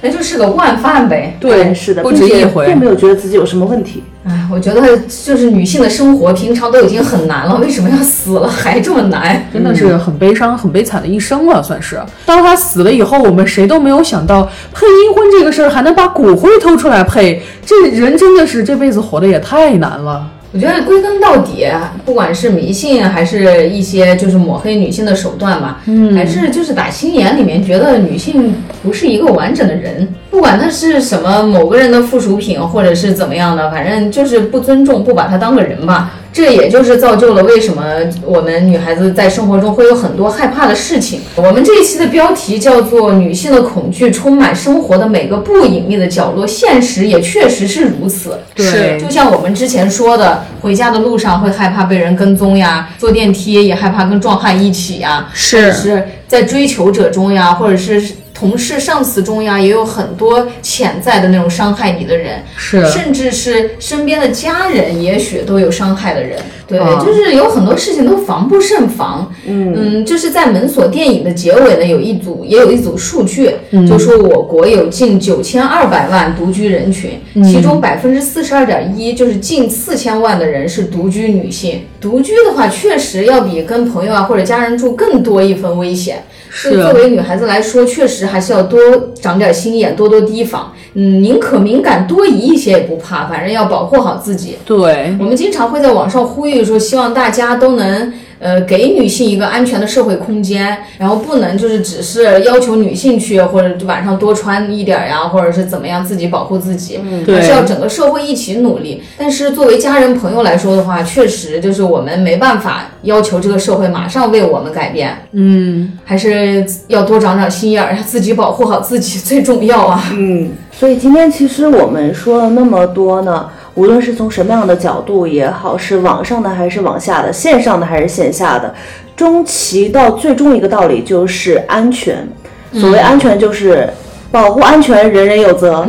那就是个惯犯呗。哎对，是的，不并止一且回并。没有觉得自己有什么问题。哎，我觉得就是女性的生活平常都已经很难了，为什么要死了还这么难？真的是很悲伤、很悲惨的一生了，算是。当他死了以后，我们谁都没有想到配阴婚这个事儿还能把骨灰偷出来配，这人真的是这辈子活的也太难了。我觉得归根到底，不管是迷信还是一些就是抹黑女性的手段吧，嗯，还是就是打心眼里面觉得女性不是一个完整的人，不管她是什么某个人的附属品或者是怎么样的，反正就是不尊重，不把她当个人吧。这也就是造就了为什么我们女孩子在生活中会有很多害怕的事情。我们这一期的标题叫做《女性的恐惧充满生活的每个不隐秘的角落》，现实也确实是如此。对就像我们之前说的，回家的路上会害怕被人跟踪呀，坐电梯也害怕跟壮汉一起呀，是是在追求者中呀，或者是同事、上司中呀，也有很多潜在的那种伤害你的人。是甚至是身边的家人，也许都有伤害的人。对，啊就是有很多事情都防不胜防。嗯就是在《门锁》电影的结尾呢，有一组也有一组数据，嗯就说我国有近九千二百万独居人群，嗯其中百分之四十二点一，就是近四千万的人是独居女性。独居的话，确实要比跟朋友啊或者家人住更多一分危险。所以是作为女孩子来说，确实还是要多长点心眼，多多提防。嗯，宁可敏感多疑一些也不怕，反正要保护好自己。对，我们经常会在网上呼吁说，希望大家都能呃给女性一个安全的社会空间，然后不能就是只是要求女性去或者晚上多穿一点儿呀，或者是怎么样自己保护自己，嗯对还是要整个社会一起努力。但是作为家人朋友来说的话，确实就是我们没办法要求这个社会马上为我们改变，嗯，还是要多长长心眼儿，自己保护好自己最重要啊。嗯，所以今天其实我们说了那么多呢，无论是从什么样的角度也好，是网上的还是网下的，线上的还是线下的，终其到最终一个道理就是安全。所谓安全，就是保护安全，人人有责，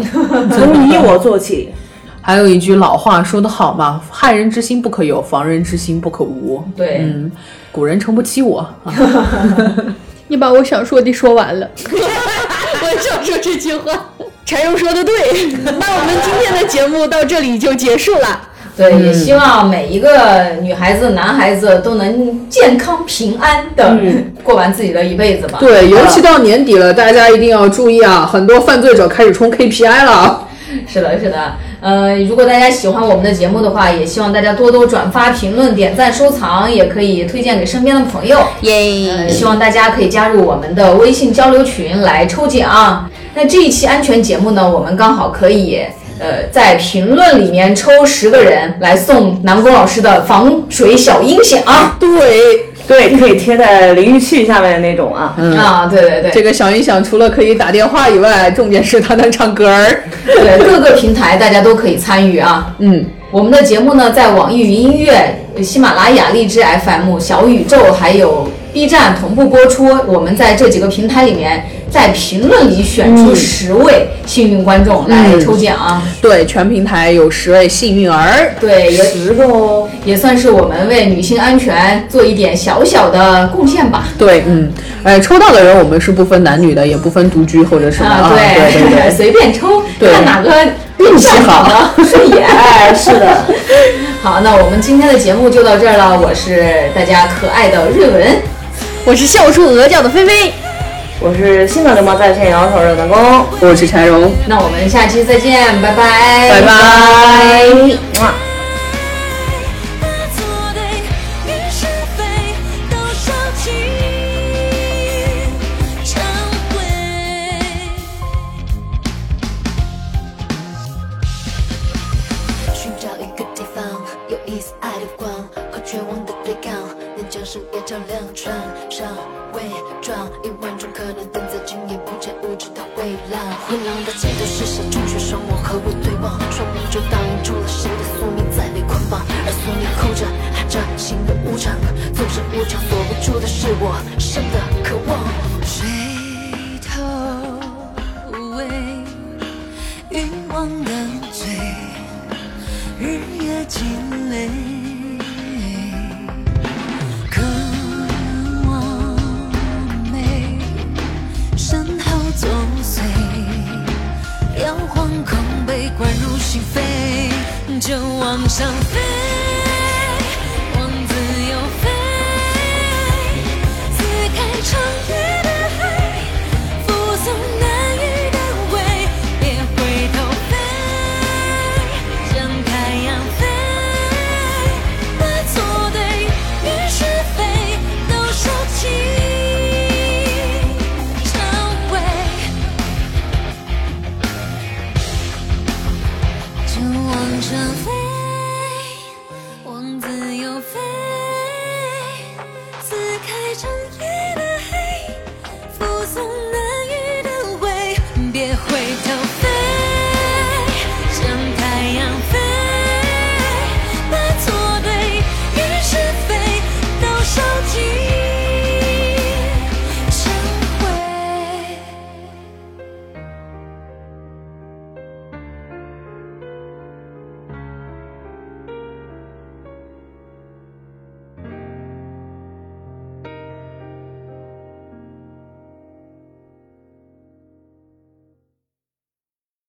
从你我做起。还有一句老话说得好嘛，害人之心不可有，防人之心不可无。对嗯，古人诚不欺我啊。你把我想说的说完 了，我想说这句话。陈勇说的对，那我们今天的节目到这里就结束了。对，嗯也希望每一个女孩子、男孩子都能健康平安的 过完自己的一辈子吧。嗯对，尤其到年底了，大家一定要注意啊，很多犯罪者开始冲 KPI 了。是的，是的。呃，如果大家喜欢我们的节目的话，也希望大家多多转发、评论、点赞、收藏，也可以推荐给身边的朋友。耶嗯呃，希望大家可以加入我们的微信交流群来抽奖。那这一期安全节目呢，我们刚好可以呃在评论里面抽十个人来送南宫老师的防水小音响。对，对，可以贴在淋浴器下面的那种啊。啊，对对对，嗯这个小音响除了可以打电话以外，重点是它能唱歌儿。对，各个平台大家都可以参与啊。嗯，我们的节目呢，在网易云音乐、喜马拉雅、荔枝 FM、小宇宙还有 B 站同步播出。我们在这几个平台里面，在评论里选出十位幸运观众来抽奖啊。对，全平台有十位幸运儿。对，也十个哦，也算是我们为女性安全做一点小小的贡献吧。对，嗯，哎，抽到的人我们是不分男女的，也不分独居或者什么啊，对对对 随便抽，对看哪个运气好的顺 眼。哎，是的，好，那我们今天的节目就到这儿了。我是大家可爱的瑞文，我是笑出鹅叫的菲菲，我是新的流氓在线摇头的南宫。我是柴荣，那我们下期再见，拜拜，拜拜。把错对与是非都收起，忏悔。寻找一个地方，有意思爱的光和绝望的对抗，能将深夜照亮床上伪装，一万种可能等在今夜不见物质的未来。混乱的嫉妒是谁中学生我和我对望，说明就倒映出了谁的宿命在被捆绑，而宿命扣着喊着心的无常，总是无常锁不住的是我深的渴望。垂头无味，欲望的罪。日夜积累，渴望美，身后作祟，摇晃空被灌入心扉，就往上飞，往自由飞，撕开长夜。